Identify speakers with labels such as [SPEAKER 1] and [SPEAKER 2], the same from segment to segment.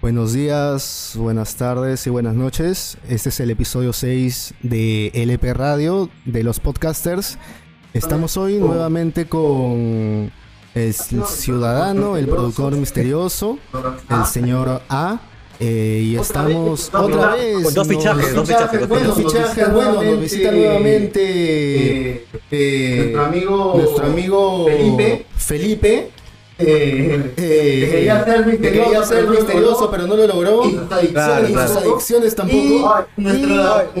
[SPEAKER 1] Buenos días, buenas tardes y buenas noches. Este es el episodio 6 de LP Radio de los podcasters. Estamos hoy nuevamente con el ciudadano, el productor misterioso, el señor A. eh, y estamos otra vez.
[SPEAKER 2] Con dos
[SPEAKER 1] nos-
[SPEAKER 2] fichajes, dos fichajes,
[SPEAKER 1] Bueno,
[SPEAKER 2] dos
[SPEAKER 1] fichajes,
[SPEAKER 3] fichajes.
[SPEAKER 1] bueno, eh, nos visita nuevamente eh,
[SPEAKER 3] nuestro amigo-
[SPEAKER 1] nuestro amigo
[SPEAKER 3] Felipe.
[SPEAKER 1] Felipe,
[SPEAKER 3] Eh,
[SPEAKER 1] eh,
[SPEAKER 3] que quería ser misterioso,
[SPEAKER 1] quería ser
[SPEAKER 3] pero no lo
[SPEAKER 1] misterioso,
[SPEAKER 3] logró.
[SPEAKER 1] pero no lo logró.
[SPEAKER 3] Y sus adicciones
[SPEAKER 2] Claro,
[SPEAKER 1] Y sus
[SPEAKER 3] tampoco.
[SPEAKER 1] adicciones tampoco.
[SPEAKER 3] Y nuestra-
[SPEAKER 1] Y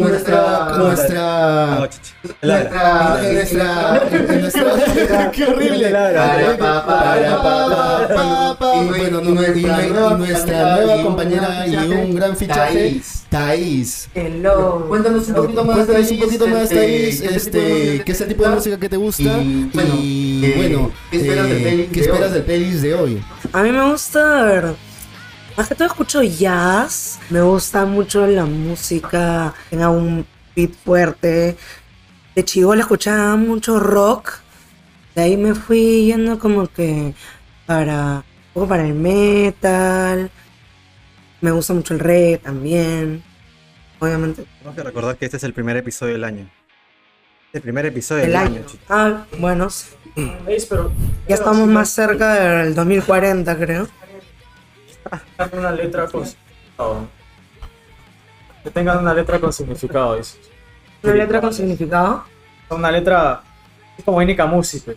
[SPEAKER 1] nuestra
[SPEAKER 3] nuestra- Nuestra-
[SPEAKER 1] en nuestra- en nuestra- ¡Qué horrible!
[SPEAKER 3] Para, pa, para, pa, pa, pa.
[SPEAKER 1] Y bueno, no- y no- y nuestra nueva compañera y un gran fichaje, Thaís.
[SPEAKER 4] Hello.
[SPEAKER 3] Cuéntanos un poquito más de
[SPEAKER 1] Cuéntanos un poquito más, Thaís, este, qué es el tipo de música que te gusta
[SPEAKER 3] Ah, Y, bueno,
[SPEAKER 1] y
[SPEAKER 3] eh,
[SPEAKER 1] bueno,
[SPEAKER 3] ¿qué esperas del
[SPEAKER 1] eh,
[SPEAKER 3] playlist
[SPEAKER 1] ¿qué
[SPEAKER 3] de
[SPEAKER 1] esperas
[SPEAKER 3] hoy?
[SPEAKER 1] del playlist de hoy?
[SPEAKER 4] A mí me gusta, a ver, más que todo escucho jazz. Me gusta mucho la música, tenga un beat fuerte. De chivola escuchaba mucho rock. De ahí me fui yendo como que para un poco para el metal. Me gusta mucho el reggae también. Obviamente.
[SPEAKER 2] Tenemos que recordar que este es el primer episodio del año. El primer episodio
[SPEAKER 4] El
[SPEAKER 2] del
[SPEAKER 4] año.
[SPEAKER 2] año, chicos.
[SPEAKER 4] Ah, bueno. sí.
[SPEAKER 5] ¿Veis? Pero
[SPEAKER 4] Ya estamos más cerca del 2040, creo.
[SPEAKER 5] tengan una letra con significado. Que tengan una letra con significado, dices.
[SPEAKER 4] Una letra con significado.
[SPEAKER 5] Una letra es como única música.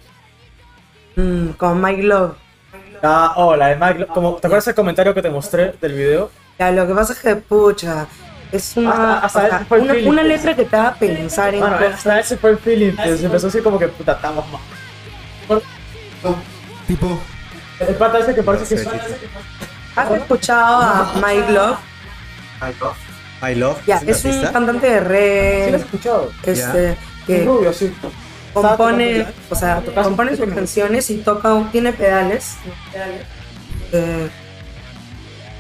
[SPEAKER 4] Mm, con Mike Love.
[SPEAKER 5] Ah, oh, la de Mike, Lo- como, ¿te acuerdas el comentario que te mostré del video?
[SPEAKER 4] Ya, lo que pasa es que, pucha, es una,
[SPEAKER 5] Hasta- hasta
[SPEAKER 4] o sea,
[SPEAKER 5] ese fue el
[SPEAKER 4] una,
[SPEAKER 5] feeling,
[SPEAKER 4] una
[SPEAKER 5] pues.
[SPEAKER 4] letra que te va a pensar en
[SPEAKER 5] Bueno,
[SPEAKER 4] cosas.
[SPEAKER 5] hasta ese fue el feeling, pues, empezó así como que puta, estamos mal.
[SPEAKER 1] Tipo,
[SPEAKER 5] El pata ese que parece que es...
[SPEAKER 4] ¿Has escuchado a Mike Love?
[SPEAKER 2] I Love.
[SPEAKER 4] Ya,
[SPEAKER 2] el
[SPEAKER 4] es un
[SPEAKER 2] artista?
[SPEAKER 4] cantante de
[SPEAKER 5] ¿Sí lo has
[SPEAKER 4] reggae,
[SPEAKER 5] escuchado?
[SPEAKER 4] este,
[SPEAKER 5] Un
[SPEAKER 4] que
[SPEAKER 5] rubio, así.
[SPEAKER 4] compone,
[SPEAKER 5] tocando
[SPEAKER 4] o sea,
[SPEAKER 5] tocando
[SPEAKER 4] compone sus
[SPEAKER 5] tecno.
[SPEAKER 4] canciones y toca, tiene pedales, eh,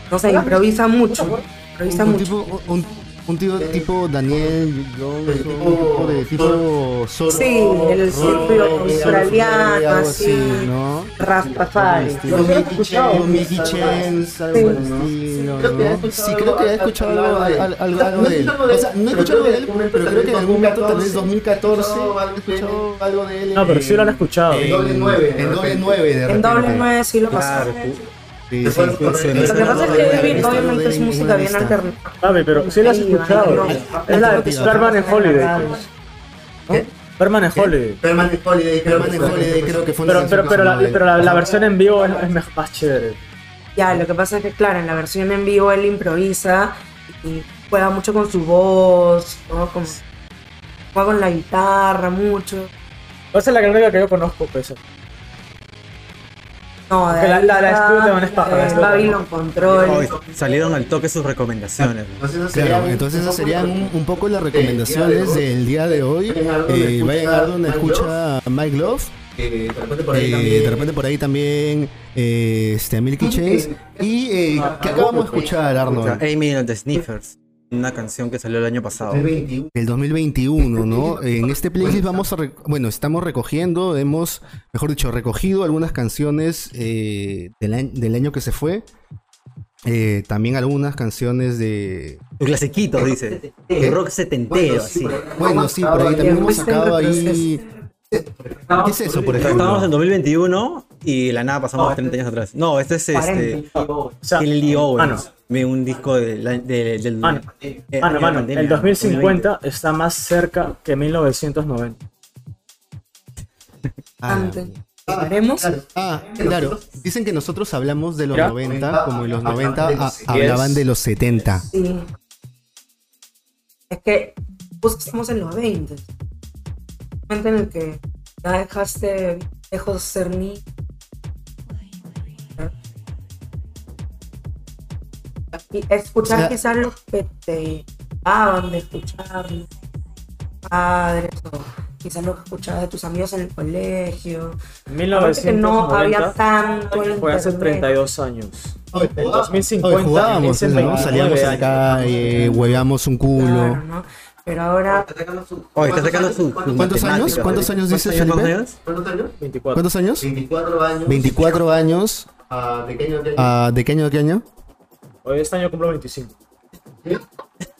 [SPEAKER 4] no sé, improvisa mucho, improvisa
[SPEAKER 1] un
[SPEAKER 4] mucho.
[SPEAKER 1] tipo, un, un tipo, tipo Daniel Johnson,
[SPEAKER 3] Eh, tipo- eh,
[SPEAKER 1] un tipo de tipo solo.
[SPEAKER 4] Sí, el
[SPEAKER 1] solo,
[SPEAKER 4] circuito
[SPEAKER 1] solo,
[SPEAKER 4] australiano,
[SPEAKER 1] algo
[SPEAKER 4] así,
[SPEAKER 1] ¿no?
[SPEAKER 4] Rastafari.
[SPEAKER 1] Estilo
[SPEAKER 3] Los
[SPEAKER 1] Mickey
[SPEAKER 3] Mickey
[SPEAKER 1] Chance, los
[SPEAKER 3] Chance,
[SPEAKER 1] Mickey Chance, algo por el estilo,
[SPEAKER 3] Creo que he
[SPEAKER 1] ¿no?
[SPEAKER 3] escuchado
[SPEAKER 1] Sí, creo que he
[SPEAKER 3] algo-
[SPEAKER 1] escuchado algo,
[SPEAKER 3] algo de él.
[SPEAKER 1] al- al-
[SPEAKER 3] O sea,
[SPEAKER 1] algo
[SPEAKER 3] no he
[SPEAKER 1] de él.
[SPEAKER 3] escuchado de
[SPEAKER 1] O
[SPEAKER 3] él,
[SPEAKER 1] sea, no he
[SPEAKER 3] pero
[SPEAKER 1] escuchado de
[SPEAKER 3] creo que
[SPEAKER 1] él,
[SPEAKER 3] en algún
[SPEAKER 1] pero creo que en algún momento, tal vez 2014,
[SPEAKER 3] he escuchado
[SPEAKER 1] he
[SPEAKER 3] algo de él.
[SPEAKER 1] escuchado algo de él.
[SPEAKER 5] No, pero sí lo han
[SPEAKER 1] en-
[SPEAKER 5] escuchado.
[SPEAKER 1] En
[SPEAKER 3] En doble nueve,
[SPEAKER 1] Eh,
[SPEAKER 3] de
[SPEAKER 1] En doble
[SPEAKER 3] repente.
[SPEAKER 1] nueve, de
[SPEAKER 4] En doble
[SPEAKER 1] repente.
[SPEAKER 4] nueve sí lo pasó.
[SPEAKER 2] Claro, ju-
[SPEAKER 1] Sí, sí,
[SPEAKER 3] Lo que
[SPEAKER 1] sí, sí, sí,
[SPEAKER 4] Lo que pasa es que
[SPEAKER 1] sí,
[SPEAKER 4] Irving,
[SPEAKER 1] sí,
[SPEAKER 4] obviamente, es
[SPEAKER 1] sí,
[SPEAKER 4] música bien
[SPEAKER 1] sí,
[SPEAKER 4] alternativa.
[SPEAKER 5] Mami, pero sí lo has
[SPEAKER 4] Sí,
[SPEAKER 5] escuchado.
[SPEAKER 4] no.
[SPEAKER 5] Es la de Permanent Holiday. pues.
[SPEAKER 3] ¿Qué?
[SPEAKER 5] Permanent Holiday.
[SPEAKER 3] Permanent Holiday,
[SPEAKER 1] Herman and Holiday creo que fue una
[SPEAKER 5] Pero, pero,
[SPEAKER 1] canción
[SPEAKER 5] pero, la,
[SPEAKER 1] que se
[SPEAKER 5] pero la, la versión en vivo es, es mej- más chévere.
[SPEAKER 4] Ya, lo que pasa es que, claro, en la versión en vivo él improvisa y juega mucho con su voz, ¿no? Como- juega con la guitarra mucho.
[SPEAKER 5] Esa es la única que yo conozco, pues.
[SPEAKER 4] No, de
[SPEAKER 5] Porque la-
[SPEAKER 4] ahí
[SPEAKER 5] la- la
[SPEAKER 4] está,
[SPEAKER 5] Studio es paja, la
[SPEAKER 4] eh,
[SPEAKER 5] Studio.
[SPEAKER 4] Babylon Control.
[SPEAKER 2] Hoy salieron al toque sus recomendaciones.
[SPEAKER 3] Ah,
[SPEAKER 2] ¿no?
[SPEAKER 1] Claro, entonces esas serían un, un poco las recomendaciones del día de hoy. Eh, vayan a donde escucha a Mike Love.
[SPEAKER 3] Eh,
[SPEAKER 1] eh, de repente por ahí también eh, este, a Milky Chase. ¿Y eh, qué acabamos de escuchar,
[SPEAKER 2] Puta,
[SPEAKER 1] Arnold?
[SPEAKER 2] Amy and the Sniffers. Una canción que salió el año pasado.
[SPEAKER 1] El 2021, ¿no? En este playlist vamos a... rec- Bueno, estamos recogiendo, hemos, mejor dicho, recogido algunas canciones eh, del, año, del año que se fue. Eh, también alguas canciones de,
[SPEAKER 2] Tu clasiquito, dice. Rock setentero, así.
[SPEAKER 1] Bueno, sí, pero ahí también hemos sacado ahí. ¿Qué es eso, por
[SPEAKER 2] Estábamos en
[SPEAKER 1] ejemplo?
[SPEAKER 2] 2021 y de la nada pasamos 30 años atrás. No, este es este.
[SPEAKER 4] 40.
[SPEAKER 5] O sea, ah,
[SPEAKER 2] Kelly
[SPEAKER 5] mano,
[SPEAKER 2] Owens. Ve un disco del. del- del-
[SPEAKER 5] Mano,
[SPEAKER 2] eh, año de
[SPEAKER 5] mano, Ah, mano,
[SPEAKER 2] pandemia,
[SPEAKER 5] el 2050 está más cerca que 1990.
[SPEAKER 1] Ah,
[SPEAKER 4] Antes. Haremos.
[SPEAKER 1] Ah, claro. Dicen que nosotros hablamos de los
[SPEAKER 5] ¿Ya?
[SPEAKER 1] 90, como en los 90 ah, hablaban de los 70.
[SPEAKER 4] Sí. Es que justo estamos en los 20. Momento en el que ya dejaste lejos de ser ni. Y escuchar
[SPEAKER 1] O sea-
[SPEAKER 4] quizás lo que te daban de escuchar los padres o quizás lo que escuchabas de tus amigos en el colegio. Aparte que no había
[SPEAKER 5] 1990
[SPEAKER 4] tanto en
[SPEAKER 5] fue hace 32 años. El 2050
[SPEAKER 1] Hoy jugábamos,
[SPEAKER 5] es el
[SPEAKER 1] ¿no?
[SPEAKER 5] 29
[SPEAKER 1] Salíamos a la
[SPEAKER 5] años.
[SPEAKER 1] calle, hueveamos un
[SPEAKER 4] Claro,
[SPEAKER 1] culo.
[SPEAKER 4] ¿no? Pero ahora
[SPEAKER 2] Hoy está sacando su. sus
[SPEAKER 1] ¿Cuántos años?
[SPEAKER 2] matemáticas.
[SPEAKER 1] ¿Cuántos años
[SPEAKER 2] ¿Cuántos
[SPEAKER 1] dices,
[SPEAKER 2] años?
[SPEAKER 1] Felipe?
[SPEAKER 2] ¿Cuántos años?
[SPEAKER 5] 24.
[SPEAKER 1] ¿Cuántos años?
[SPEAKER 3] 24 años.
[SPEAKER 1] 24 años.
[SPEAKER 3] a pequeño
[SPEAKER 1] Ah, ¿De qué año, de qué año?
[SPEAKER 5] Hoy este año cumplo 25.
[SPEAKER 1] ¿Qué?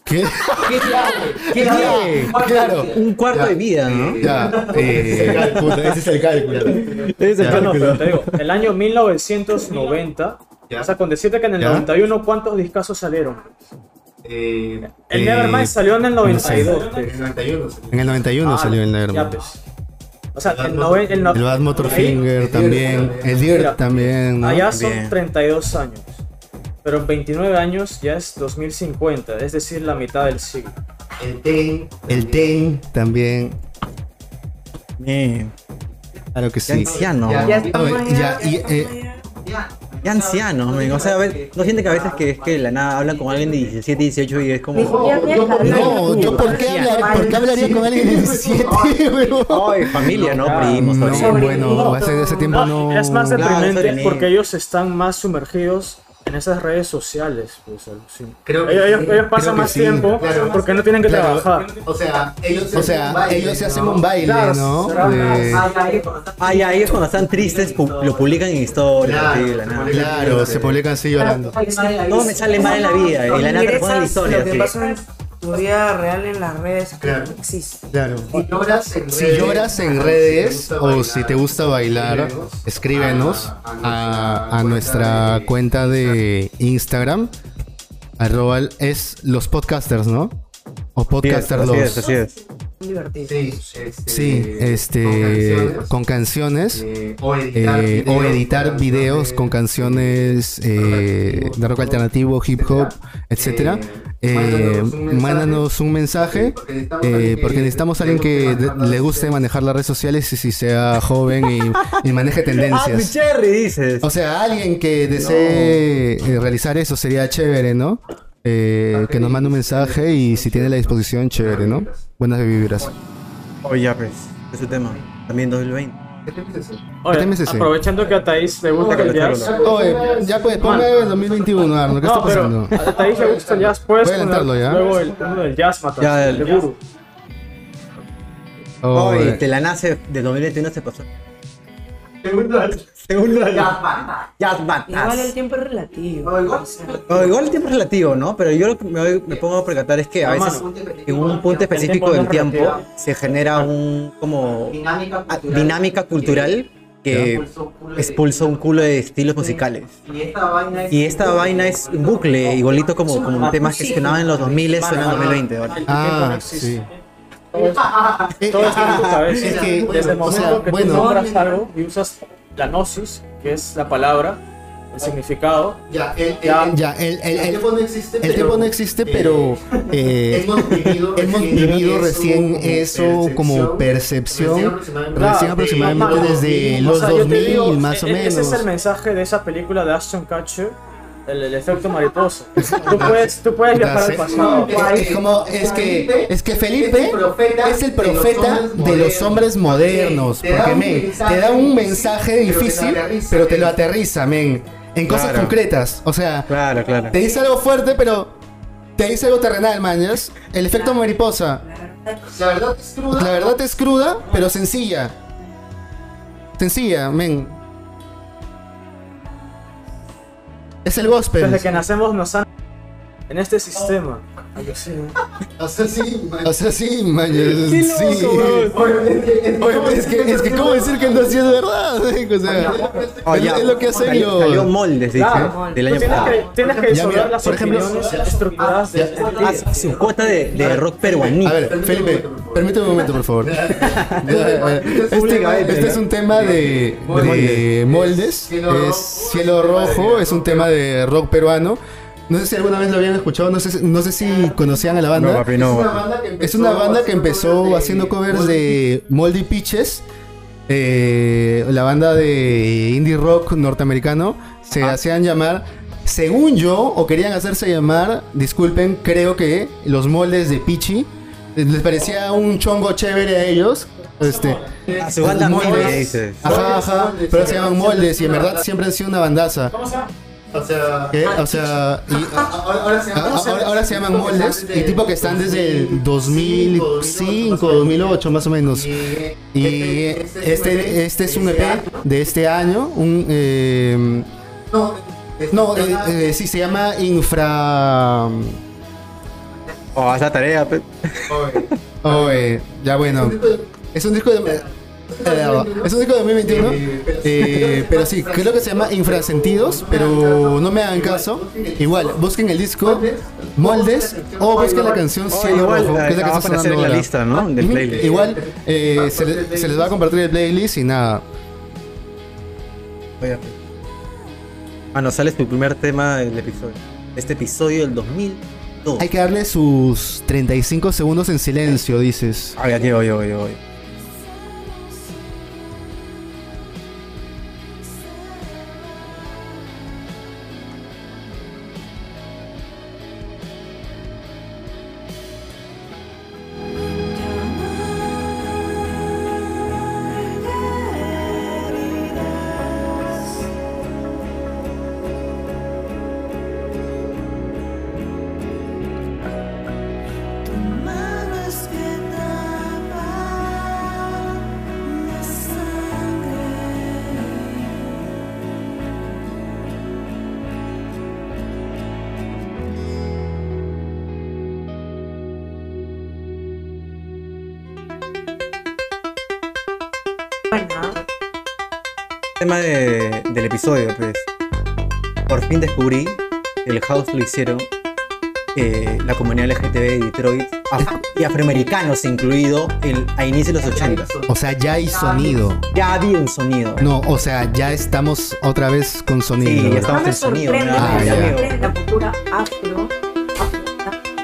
[SPEAKER 6] ¿Qué diablo? ¿Qué diablo?
[SPEAKER 1] Claro.
[SPEAKER 6] Un cuarto
[SPEAKER 1] Ya.
[SPEAKER 6] de vida, ¿no?
[SPEAKER 1] Ya, eh, puta, ese es el cálculo.
[SPEAKER 5] Dice,
[SPEAKER 1] Ya.
[SPEAKER 5] no, pero te digo, el año 1990,
[SPEAKER 3] Ya.
[SPEAKER 5] o sea, con decirte que en el
[SPEAKER 1] Ya.
[SPEAKER 5] 91, ¿cuántos discazos salieron?
[SPEAKER 3] Eh,
[SPEAKER 5] El
[SPEAKER 1] Eh,
[SPEAKER 5] Nevermind salió en el
[SPEAKER 1] sé.
[SPEAKER 5] 92.
[SPEAKER 3] en el 91 salió.
[SPEAKER 1] En el 91
[SPEAKER 5] Ah,
[SPEAKER 1] salió el
[SPEAKER 5] ya,
[SPEAKER 1] Nevermind.
[SPEAKER 5] pues. O sea,
[SPEAKER 3] Bad
[SPEAKER 5] el,
[SPEAKER 3] Motor-
[SPEAKER 5] noven- el, no-
[SPEAKER 1] El Bad Motor
[SPEAKER 5] ahí-
[SPEAKER 1] Finger también. El
[SPEAKER 5] Mira,
[SPEAKER 1] Dirt también. ¿no?
[SPEAKER 5] Allá son
[SPEAKER 2] Bien.
[SPEAKER 5] 32 años. Pero en 29 años ya es 2050, es decir, la mitad del siglo.
[SPEAKER 3] El Ten.
[SPEAKER 1] El Ten también.
[SPEAKER 2] Bien.
[SPEAKER 1] Claro que
[SPEAKER 2] Qué
[SPEAKER 1] sí.
[SPEAKER 2] anciano.
[SPEAKER 3] Ya,
[SPEAKER 4] Ya
[SPEAKER 3] ya,
[SPEAKER 1] A
[SPEAKER 4] estamos
[SPEAKER 1] ver,
[SPEAKER 4] allá,
[SPEAKER 1] ya, y,
[SPEAKER 4] estamos
[SPEAKER 1] eh,
[SPEAKER 4] allá.
[SPEAKER 6] Ya ancianos, men. O sea, a ver, no siente que a veces que es que de la nada hablan con alguien de 17, 18 y es como.
[SPEAKER 4] Ya, ya,
[SPEAKER 3] yo-
[SPEAKER 4] ya, ya.
[SPEAKER 1] No, yo por qué, hablar- por qué hablaría con alguien de 17, huevón?
[SPEAKER 6] Ay, familia, ¿no?
[SPEAKER 5] No,
[SPEAKER 6] Primos,
[SPEAKER 1] No,
[SPEAKER 6] sobrinos.
[SPEAKER 1] bueno, hace ese tiempo no.
[SPEAKER 5] es más
[SPEAKER 6] Claro,
[SPEAKER 5] deprimente
[SPEAKER 6] eso es-
[SPEAKER 5] porque ellos están más sumergidos en esas redes sociales. pues, alucina.
[SPEAKER 3] Creo que
[SPEAKER 5] ellos,
[SPEAKER 3] sí,
[SPEAKER 5] ellos- ellos pasan
[SPEAKER 1] que
[SPEAKER 5] más
[SPEAKER 1] sí,
[SPEAKER 5] tiempo
[SPEAKER 3] claro.
[SPEAKER 5] porque no tienen que
[SPEAKER 1] Claro.
[SPEAKER 5] trabajar.
[SPEAKER 3] O sea, ellos
[SPEAKER 1] O sea, ellos se hacen un baile, ¿no? De-
[SPEAKER 6] Ah, ya, ellos cuando están tristes pu- lo publican en historias,
[SPEAKER 3] Claro,
[SPEAKER 6] así, de la nada.
[SPEAKER 1] Claro, se publican así llorando.
[SPEAKER 6] Todo me sale mal en la vida y de la nada te ponen la
[SPEAKER 4] Ingresas
[SPEAKER 6] historia.
[SPEAKER 4] Lo que
[SPEAKER 6] así.
[SPEAKER 4] pasa en tu vida real en las redes
[SPEAKER 3] Claro.
[SPEAKER 4] no existe.
[SPEAKER 1] Claro.
[SPEAKER 3] Si lloras en
[SPEAKER 1] Si lloras en redes o si te gusta bailar, escríbenos a, a nuestra cuenta de Instagram. Arroba el- es los podcasters, ¿no? O podcaster
[SPEAKER 2] Así es,
[SPEAKER 1] los.
[SPEAKER 2] así es.
[SPEAKER 4] Divertido.
[SPEAKER 3] Sí, este,
[SPEAKER 1] Sí, este. Con canciones.
[SPEAKER 3] eh, o
[SPEAKER 1] eh, o editar
[SPEAKER 3] con
[SPEAKER 1] videos con canciones eh, de rock alternativo, hip hop, etcétera. Eh, mándanos un mensaje eh, porque necesitamos a alguien
[SPEAKER 6] eh,
[SPEAKER 1] que de- le guste manejar las redes sociales y si sea joven y, y maneje
[SPEAKER 6] Ah, mi
[SPEAKER 1] tendencias.
[SPEAKER 6] Cherry, dices.
[SPEAKER 1] O sea, alguien que desee eh, realizar eso sería chévere, ¿no? Eh, que nos mande un mensaje y si tiene la disposición, chévere, ¿no? Buenas vibras.
[SPEAKER 2] Oye, ya, pues.
[SPEAKER 6] Es su tema. También 2020.
[SPEAKER 5] Oye,
[SPEAKER 1] ¿Qué temes ese?
[SPEAKER 5] aprovechando que a Thaís le gusta el jazz.
[SPEAKER 1] Oye, ya pues, ponme el 2021, Arno, ¿qué está
[SPEAKER 5] No,
[SPEAKER 1] pasando?
[SPEAKER 5] pero a Thaís le gusta el jazz, puedes
[SPEAKER 1] Voy a
[SPEAKER 5] poner
[SPEAKER 1] adelantarlo, ¿ya?
[SPEAKER 5] luego el, uno del jazz, Matas,
[SPEAKER 6] Ya, el-
[SPEAKER 5] de Guru.
[SPEAKER 1] Oye.
[SPEAKER 6] Oye, te la nace de 2021 se pasó. Segundo año. Ya
[SPEAKER 4] Igual el
[SPEAKER 6] batas.
[SPEAKER 4] tiempo es relativo. o sea,
[SPEAKER 6] No, igual el tiempo es relativo, ¿no? Pero yo lo que me, doy- me pongo a percatar es que a veces en un punto específico del tiempo se genera un como
[SPEAKER 7] dinámica
[SPEAKER 6] a- dinámica cultural que expulsa un culo de estilos musicales.
[SPEAKER 7] Y esta vaina
[SPEAKER 6] Y esta vaina es un bucle, igualito como, como temas que sonaban en los 2000 suenan en 2020 ahora.
[SPEAKER 1] Ah, sí.
[SPEAKER 5] Todo está en tu cabeza.
[SPEAKER 1] Eh, Ah, Es que,
[SPEAKER 5] Desde el
[SPEAKER 1] o
[SPEAKER 5] momento
[SPEAKER 1] sea,
[SPEAKER 5] que
[SPEAKER 1] bueno.
[SPEAKER 5] tú nombras algo y usas la gnosis, que es la palabra, el significado,
[SPEAKER 3] Ya, el, el-
[SPEAKER 5] Ya,
[SPEAKER 3] el-
[SPEAKER 1] Ya, el, el,
[SPEAKER 3] el
[SPEAKER 1] el,
[SPEAKER 3] tiempo no existe.
[SPEAKER 1] el tiempo no existe, pero eh,
[SPEAKER 3] Hemos vivido,
[SPEAKER 1] hemos vivido recién eso como percepción. Recién aproximadamente
[SPEAKER 5] Claro,
[SPEAKER 1] desde
[SPEAKER 5] O
[SPEAKER 1] los
[SPEAKER 5] sea, yo te
[SPEAKER 1] 2000,
[SPEAKER 5] digo,
[SPEAKER 1] más o
[SPEAKER 5] e- e-
[SPEAKER 1] menos.
[SPEAKER 5] Ese es el mensaje de esa película de Ashton Kutcher, el, el efecto mariposa. tú puedes, tú puedes viajar al
[SPEAKER 1] Entonces,
[SPEAKER 5] pasado.
[SPEAKER 1] Es, es como, es que, es que Felipe
[SPEAKER 3] Es el profeta
[SPEAKER 1] es el profeta de los hombres modernos.
[SPEAKER 3] Te da
[SPEAKER 1] Porque,
[SPEAKER 3] un
[SPEAKER 1] men,
[SPEAKER 3] mensaje
[SPEAKER 1] te da un
[SPEAKER 3] difícil,
[SPEAKER 1] mensaje difícil,
[SPEAKER 3] pero te lo aterriza,
[SPEAKER 1] pero te lo
[SPEAKER 3] men.
[SPEAKER 1] aterriza, men. En cosas
[SPEAKER 2] Claro.
[SPEAKER 1] concretas. O sea,
[SPEAKER 6] Claro, claro.
[SPEAKER 1] te dice algo fuerte, pero te dice algo terrenal, man. ¿ya ves? El efecto mariposa.
[SPEAKER 3] La verdad es cruda.
[SPEAKER 1] La verdad es cruda, pero sencilla. Sencilla, men. Es el gospel.
[SPEAKER 5] Desde que nacemos nos han en este sistema.
[SPEAKER 3] O sea, sí, man.
[SPEAKER 1] O sea, sí, man. sí.
[SPEAKER 3] Oye, es-
[SPEAKER 1] Oye, es que, es que cómo decir que no sí es verdad, men? o sea,
[SPEAKER 6] Oh,
[SPEAKER 1] es,
[SPEAKER 6] ya.
[SPEAKER 1] es lo que hacen
[SPEAKER 6] Salió, salió
[SPEAKER 1] los...
[SPEAKER 6] moldes, dice,
[SPEAKER 5] Claro,
[SPEAKER 6] del
[SPEAKER 5] tú
[SPEAKER 6] año
[SPEAKER 5] tienes
[SPEAKER 6] pasado.
[SPEAKER 5] que, tienes que
[SPEAKER 1] Ya,
[SPEAKER 5] disolver
[SPEAKER 1] mira,
[SPEAKER 5] las
[SPEAKER 1] por ejemplo,
[SPEAKER 5] opiniones estructuradas de este tipo.
[SPEAKER 6] Ah, su cuota de, de rock peruanito.
[SPEAKER 1] A ver, Felipe, permíteme un momento, por favor. Este, este es un tema de, de moldes, es cielo rojo, es un tema de rock peruano. No sé si alguna vez lo habían escuchado, no sé, no sé si conocían a la banda.
[SPEAKER 2] No, papi, no. papi.
[SPEAKER 1] Es una banda que empezó haciendo covers de Moldy Pitches. eh, la banda de indie rock norteamericano se hacían llamar, según yo, o querían hacerse llamar, disculpen, creo que los moldes de Pichi eh, les parecía un chongo chévere a ellos. Este,
[SPEAKER 6] A su banda
[SPEAKER 1] moldes.
[SPEAKER 6] meme, dices.
[SPEAKER 1] ajá, ajá, pero se llaman moldes y en verdad siempre han sido una bandaza.
[SPEAKER 3] O sea,
[SPEAKER 1] ¿Qué? O sea, y-
[SPEAKER 3] ahora, ahora se llaman-
[SPEAKER 1] Ah, Ahora, ahora se llaman moldes y tipo que están desde el 2005, 2008 más o menos.
[SPEAKER 3] Y,
[SPEAKER 1] Y este, este es un EP
[SPEAKER 3] año.
[SPEAKER 1] de este año, un, eh,
[SPEAKER 3] No,
[SPEAKER 1] No, eh, eh, sí, se llama infra...
[SPEAKER 6] Oh, haz la tarea, pe.
[SPEAKER 1] Oh, eh, ya bueno. Es un disco de... Es un disco de 2021. eh, pero sí, creo que se llama Infrasentidos, pero no me hagan caso. Igual, busquen el disco Moldes o busquen la canción
[SPEAKER 6] Oh,
[SPEAKER 1] Cielo
[SPEAKER 6] igual,
[SPEAKER 1] Rojo, que es
[SPEAKER 6] eh,
[SPEAKER 1] la que
[SPEAKER 6] va
[SPEAKER 1] está
[SPEAKER 6] a aparecer
[SPEAKER 1] sonando
[SPEAKER 6] en la
[SPEAKER 1] ahora.
[SPEAKER 6] lista, ¿no? Del
[SPEAKER 1] Ujú,
[SPEAKER 6] playlist.
[SPEAKER 1] Igual eh, se, le- se les va a compartir el playlist y nada.
[SPEAKER 6] Oye, pe. Ah, no, sale tu primer tema del episodio. Este episodio del 2002.
[SPEAKER 1] Hay que darle sus 35 segundos en silencio, dices.
[SPEAKER 6] Ah, ya, tío, yo, yo, yo.
[SPEAKER 4] Bueno,
[SPEAKER 6] tema de- del episodio, pues. Por fin descubrí que el house lo hicieron eh, la comunidad LGTB de Detroit af- y afroamericanos incluido el, a inicios de los 80.
[SPEAKER 1] O sea, ya hay sonido.
[SPEAKER 6] Ya había un sonido.
[SPEAKER 1] No, o sea, ya estamos otra vez con
[SPEAKER 6] Sí,
[SPEAKER 1] sonido.
[SPEAKER 6] ya
[SPEAKER 4] no
[SPEAKER 6] estamos
[SPEAKER 4] me
[SPEAKER 6] en sonido.
[SPEAKER 4] sorprende,
[SPEAKER 6] ¿no?
[SPEAKER 1] Ah,
[SPEAKER 4] me
[SPEAKER 1] ya.
[SPEAKER 4] sorprende la cultura afro,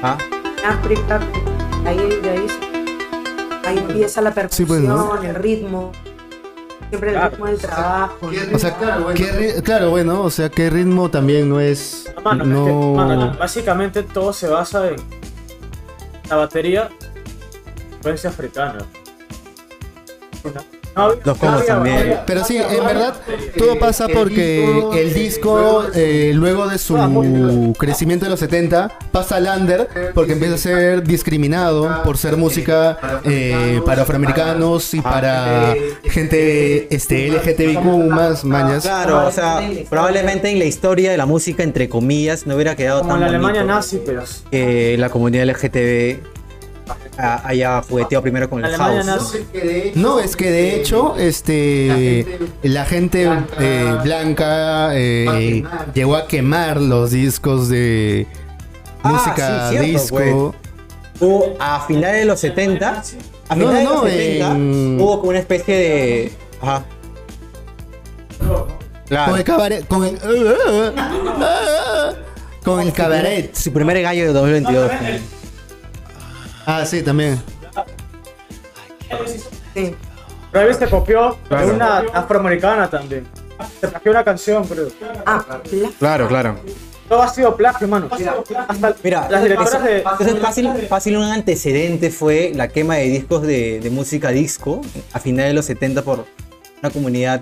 [SPEAKER 6] Ah,
[SPEAKER 4] África, ahí, de ahí, ahí empieza la
[SPEAKER 1] Sí,
[SPEAKER 4] percusión,
[SPEAKER 1] pues, ¿no?
[SPEAKER 4] el ritmo, siempre el
[SPEAKER 5] Claro.
[SPEAKER 4] ritmo del trabajo. ¿no?
[SPEAKER 1] O sea, qué ri- claro, bueno, o sea, qué ritmo también no es.
[SPEAKER 5] Mano, es que, mano,
[SPEAKER 1] No.
[SPEAKER 5] básicamente todo se basa en la batería, influencia africana. No había-
[SPEAKER 6] Los combos
[SPEAKER 5] no había-
[SPEAKER 6] también.
[SPEAKER 1] Pero sí, en verdad, todo pasa porque el eh, disco, eh, luego de su crecimiento de los 70, pasa al under porque empieza a ser discriminado por ser música eh, para afroamericanos y para gente este, LGTBIQ más mañas.
[SPEAKER 6] claro, o sea, probablemente en la historia de la música, entre comillas, no hubiera quedado
[SPEAKER 5] Como
[SPEAKER 6] tan
[SPEAKER 5] en la Alemania
[SPEAKER 6] bonito
[SPEAKER 5] nazi, pero.
[SPEAKER 6] que la comunidad LGTB a- haya jugueteado primero con el
[SPEAKER 5] Alemania
[SPEAKER 6] house. ¿no?
[SPEAKER 5] nazi.
[SPEAKER 1] No, es que de hecho, eh, este, la gente eh, blanca eh, llegó a quemar los discos de
[SPEAKER 6] Ah,
[SPEAKER 1] música
[SPEAKER 6] sí, cierto,
[SPEAKER 1] disco.
[SPEAKER 6] Hubo a finales de los 70, a
[SPEAKER 1] No,
[SPEAKER 6] finales
[SPEAKER 1] no,
[SPEAKER 6] de los 70
[SPEAKER 1] en-
[SPEAKER 6] hubo como una especie de. Ajá. Claro.
[SPEAKER 1] Con el cabaret, con el, ah, con el cabaret.
[SPEAKER 6] Su primer gallo de 2022.
[SPEAKER 1] Ah, sí, también.
[SPEAKER 4] Sí.
[SPEAKER 5] Travis te copió
[SPEAKER 6] Claro.
[SPEAKER 5] de una afroamericana también. Te plagió una canción, creo.
[SPEAKER 4] Ah, la-
[SPEAKER 6] Claro, claro.
[SPEAKER 5] Todo ha sido plagio, mano. Hasta
[SPEAKER 6] Mira,
[SPEAKER 5] las directoras de.
[SPEAKER 6] entonces fácil, fácil un antecedente fue la quema de discos de, de música disco a finales de los 70 por una comunidad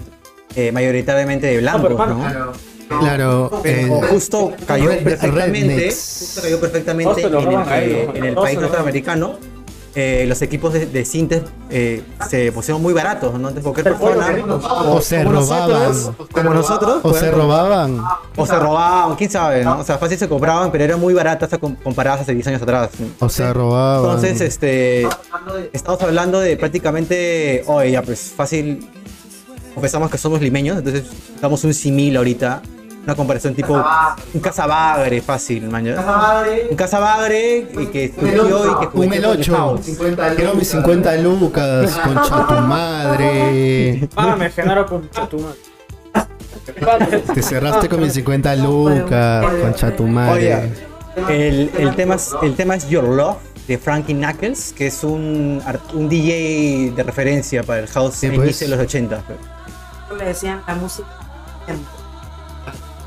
[SPEAKER 6] eh, mayoritariamente de blancos,
[SPEAKER 5] pero,
[SPEAKER 6] ¿no?
[SPEAKER 1] Claro. eh,
[SPEAKER 6] O justo cayó
[SPEAKER 1] Red-
[SPEAKER 6] perfectamente,
[SPEAKER 1] Rednecks.
[SPEAKER 6] justo cayó perfectamente
[SPEAKER 5] Justo
[SPEAKER 6] en
[SPEAKER 5] lo
[SPEAKER 6] el,
[SPEAKER 5] roban ahí,
[SPEAKER 6] que-
[SPEAKER 5] ¿no?
[SPEAKER 6] en el
[SPEAKER 5] Todos
[SPEAKER 6] país
[SPEAKER 5] se lo roban.
[SPEAKER 6] norteamericano. eh, los equipos de, de sintes eh, se pusieron muy baratos, ¿no? Entonces cualquier
[SPEAKER 5] Pero fue lo
[SPEAKER 6] persona,
[SPEAKER 5] que-
[SPEAKER 1] o se robaban.
[SPEAKER 6] nosotros, como nosotros,
[SPEAKER 1] O
[SPEAKER 6] pues,
[SPEAKER 1] se robaban.
[SPEAKER 6] o se robaban, quién sabe, ¿no? O sea, fácil se compraban, pero eran muy baratas a com- comparadas hace 10 años atrás.
[SPEAKER 1] O se robaban.
[SPEAKER 6] Entonces, este, estamos hablando de prácticamente, oye, ya pues fácil, confesamos que somos limeños, entonces damos un simil ahorita, una comparación tipo, un cazabagre fácil, man. ¿ya? Un cazabagre y que surgió y que
[SPEAKER 1] Un
[SPEAKER 6] jugueteó con el
[SPEAKER 1] melocho.
[SPEAKER 6] house.
[SPEAKER 1] Quiero mis 50 lucas, concha tu madre.
[SPEAKER 5] Págame, Genaro, con tu madre.
[SPEAKER 1] Te cerraste con mis 50 lucas, concha tu
[SPEAKER 6] Oye,
[SPEAKER 1] madre.
[SPEAKER 6] el, el tema es, el tema es Your Love de Frankie Knuckles, que es un, art- un DJ de referencia para el house
[SPEAKER 1] Sí,
[SPEAKER 6] en
[SPEAKER 1] pues.
[SPEAKER 6] inicio de los 80. pues.
[SPEAKER 4] le decían la música.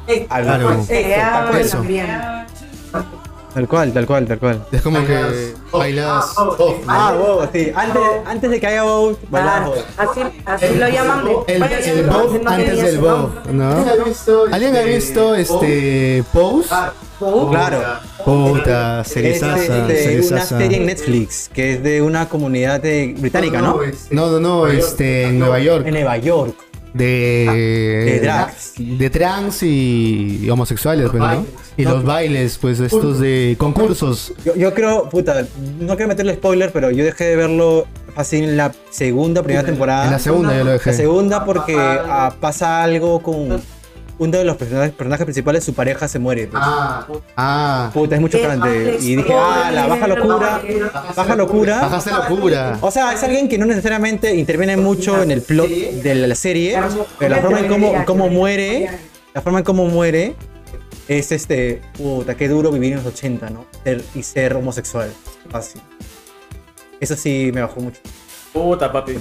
[SPEAKER 6] pues.
[SPEAKER 1] Claro.
[SPEAKER 4] Creaba el
[SPEAKER 1] Eso.
[SPEAKER 4] ambiente.
[SPEAKER 6] Tal cual, tal cual, tal cual.
[SPEAKER 1] Es como que bailas. Oh,
[SPEAKER 6] Ah, wow, sí. Antes, antes de que haya wow, bailamos.
[SPEAKER 4] Claro, Ah, así, así lo llaman. de-
[SPEAKER 1] El,
[SPEAKER 4] bueno, yo
[SPEAKER 1] el
[SPEAKER 4] no-
[SPEAKER 1] Bob
[SPEAKER 4] no
[SPEAKER 1] antes
[SPEAKER 4] tenía
[SPEAKER 1] del
[SPEAKER 4] ese
[SPEAKER 1] Bob,
[SPEAKER 4] nombre.
[SPEAKER 1] ¿no? ¿Alguien ha visto este Pose?
[SPEAKER 3] Ah.
[SPEAKER 4] Bob.
[SPEAKER 6] Claro.
[SPEAKER 1] Puta,
[SPEAKER 6] Es
[SPEAKER 1] Serizaza,
[SPEAKER 6] de- de Este, una
[SPEAKER 1] Serizaza.
[SPEAKER 6] serie en Netflix que es de una comunidad de- británica, ¿no?
[SPEAKER 1] No, no, no, este, en Nueva York.
[SPEAKER 6] En Nueva York.
[SPEAKER 1] de,
[SPEAKER 6] de drags.
[SPEAKER 1] de trans y, y homosexuales, pues, ¿no? Y los bailes, pues estos de concursos.
[SPEAKER 6] Yo, yo creo, puta, no quiero meterle spoiler, pero yo dejé de verlo así en la segunda, primera temporada.
[SPEAKER 1] En la segunda yo lo
[SPEAKER 6] Ah, La
[SPEAKER 1] dejé.
[SPEAKER 6] segunda porque ah, pasa algo con uno de los personajes, personajes principales, su pareja se muere. pues.
[SPEAKER 3] Ah,
[SPEAKER 1] Ah,
[SPEAKER 6] Puta, es mucho grande. Y dije, ah, la baja locura, baja locura.
[SPEAKER 1] bajaste locura.
[SPEAKER 6] O sea, es alguien que no necesariamente interviene mucho en el plot de la serie, pero la forma en cómo, en cómo muere, la forma en cómo muere es este, puta, qué duro vivir en los 80, ¿no? Ser- y ser homosexual. Fácil. Eso sí me bajó mucho.
[SPEAKER 5] Puta, papi.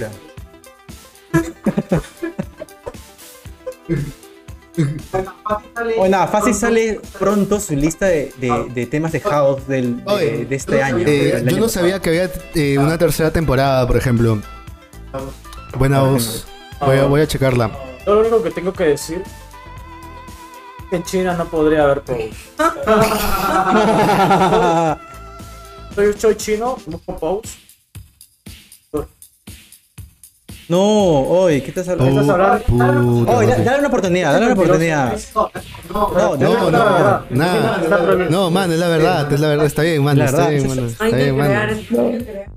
[SPEAKER 6] Bueno, nada, fácil sale pronto su lista de, de- de temas de House del, de,
[SPEAKER 1] Oye,
[SPEAKER 6] de este año.
[SPEAKER 1] Eh,
[SPEAKER 6] del
[SPEAKER 1] yo
[SPEAKER 6] año Ah.
[SPEAKER 1] no sabía que había eh, una tercera temporada, por ejemplo. Buena voz. Voy
[SPEAKER 6] Ah.
[SPEAKER 1] a, voy a checarla.
[SPEAKER 5] Yo lo único que tengo que decir es que en China no podría haber Pou.
[SPEAKER 6] pasado.
[SPEAKER 5] Soy, soy chino, busco Pous.
[SPEAKER 6] No, hoy, ¿qué estás hablando?
[SPEAKER 5] estás hablando?
[SPEAKER 1] Pu- puta
[SPEAKER 6] Oye, da-
[SPEAKER 1] madre.
[SPEAKER 6] dale una oportunidad, dale una oportunidad. No, de
[SPEAKER 1] No,
[SPEAKER 5] verdad.
[SPEAKER 1] no, nada. No, man, es la verdad, es la verdad. Está bien, man,
[SPEAKER 6] La
[SPEAKER 1] está
[SPEAKER 6] verdad.
[SPEAKER 1] bien, mano, Está
[SPEAKER 4] Hay que
[SPEAKER 1] bien,
[SPEAKER 4] crear,
[SPEAKER 1] man.
[SPEAKER 4] hay que crear.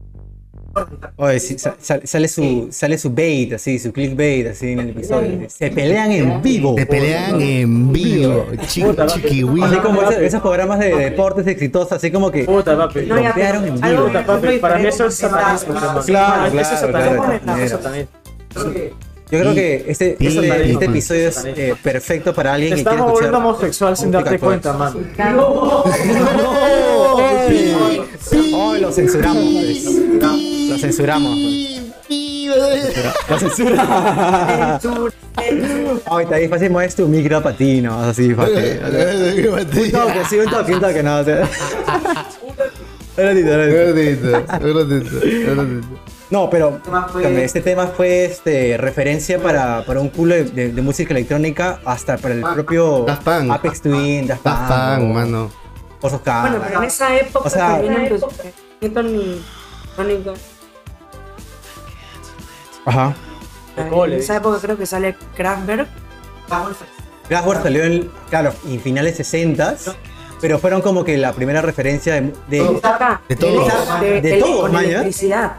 [SPEAKER 6] Oye, sí, sa- sale, sale su, sale su bait, así, su clickbait, así en el episodio. Se pelean en vivo.
[SPEAKER 1] Te
[SPEAKER 6] Oh,
[SPEAKER 1] pelean en vivo, chi- chiquiwi.
[SPEAKER 6] Así como esos, esos programas de deportes exitosos, así como que.
[SPEAKER 5] Puta, papi.
[SPEAKER 4] No, ya,
[SPEAKER 6] Golpearon
[SPEAKER 4] pero
[SPEAKER 6] en
[SPEAKER 4] algo
[SPEAKER 6] vivo.
[SPEAKER 5] Puta, papi,
[SPEAKER 4] que- Ah,
[SPEAKER 5] para mí eso es satanismo. hermano.
[SPEAKER 6] Claro,
[SPEAKER 5] Eso es
[SPEAKER 6] claro,
[SPEAKER 5] satanismo.
[SPEAKER 6] claro,
[SPEAKER 5] Eso es
[SPEAKER 6] claro.
[SPEAKER 5] satanismo.
[SPEAKER 6] Yo creo que este,
[SPEAKER 1] Sí,
[SPEAKER 6] este-
[SPEAKER 1] sí.
[SPEAKER 6] este episodio es eh, perfecto para alguien
[SPEAKER 5] Te
[SPEAKER 6] que quiere
[SPEAKER 5] estás volviendo
[SPEAKER 6] escuchar.
[SPEAKER 5] homosexual sin darte
[SPEAKER 6] Música pues.
[SPEAKER 5] cuenta, mano.
[SPEAKER 1] Oh,
[SPEAKER 6] Hoy Oh, lo censuramos, pues. Lo censuramos. pues. Lo censura. Hoy te fácil es tu micro patino, así fácil. Un toque, sí, un toque, un toque, no, o sea. Un ratito, un ratito. No, pero escúchame, este tema fue este, referencia para, para un culo de, de- de música electrónica hasta para el propio
[SPEAKER 1] Daft Punk.
[SPEAKER 6] Apex Twin, Daft Punk,
[SPEAKER 1] Daft Punk, mano.
[SPEAKER 6] por sus caras.
[SPEAKER 1] Ah,
[SPEAKER 4] Bueno, pero en esa época pues,
[SPEAKER 6] O sea-
[SPEAKER 4] también empezó Anthony Crónico.
[SPEAKER 6] Ajá.
[SPEAKER 4] En esa época creo que sale Kraftwerk.
[SPEAKER 6] Glassboard salió en, claro, en finales 60 pero fueron como que la primera referencia de, de-
[SPEAKER 1] Ah,
[SPEAKER 4] Acá,
[SPEAKER 1] De todos.
[SPEAKER 4] De,
[SPEAKER 6] De
[SPEAKER 4] ele-
[SPEAKER 6] todos,
[SPEAKER 4] con
[SPEAKER 6] man, ¿ya?
[SPEAKER 4] electricidad.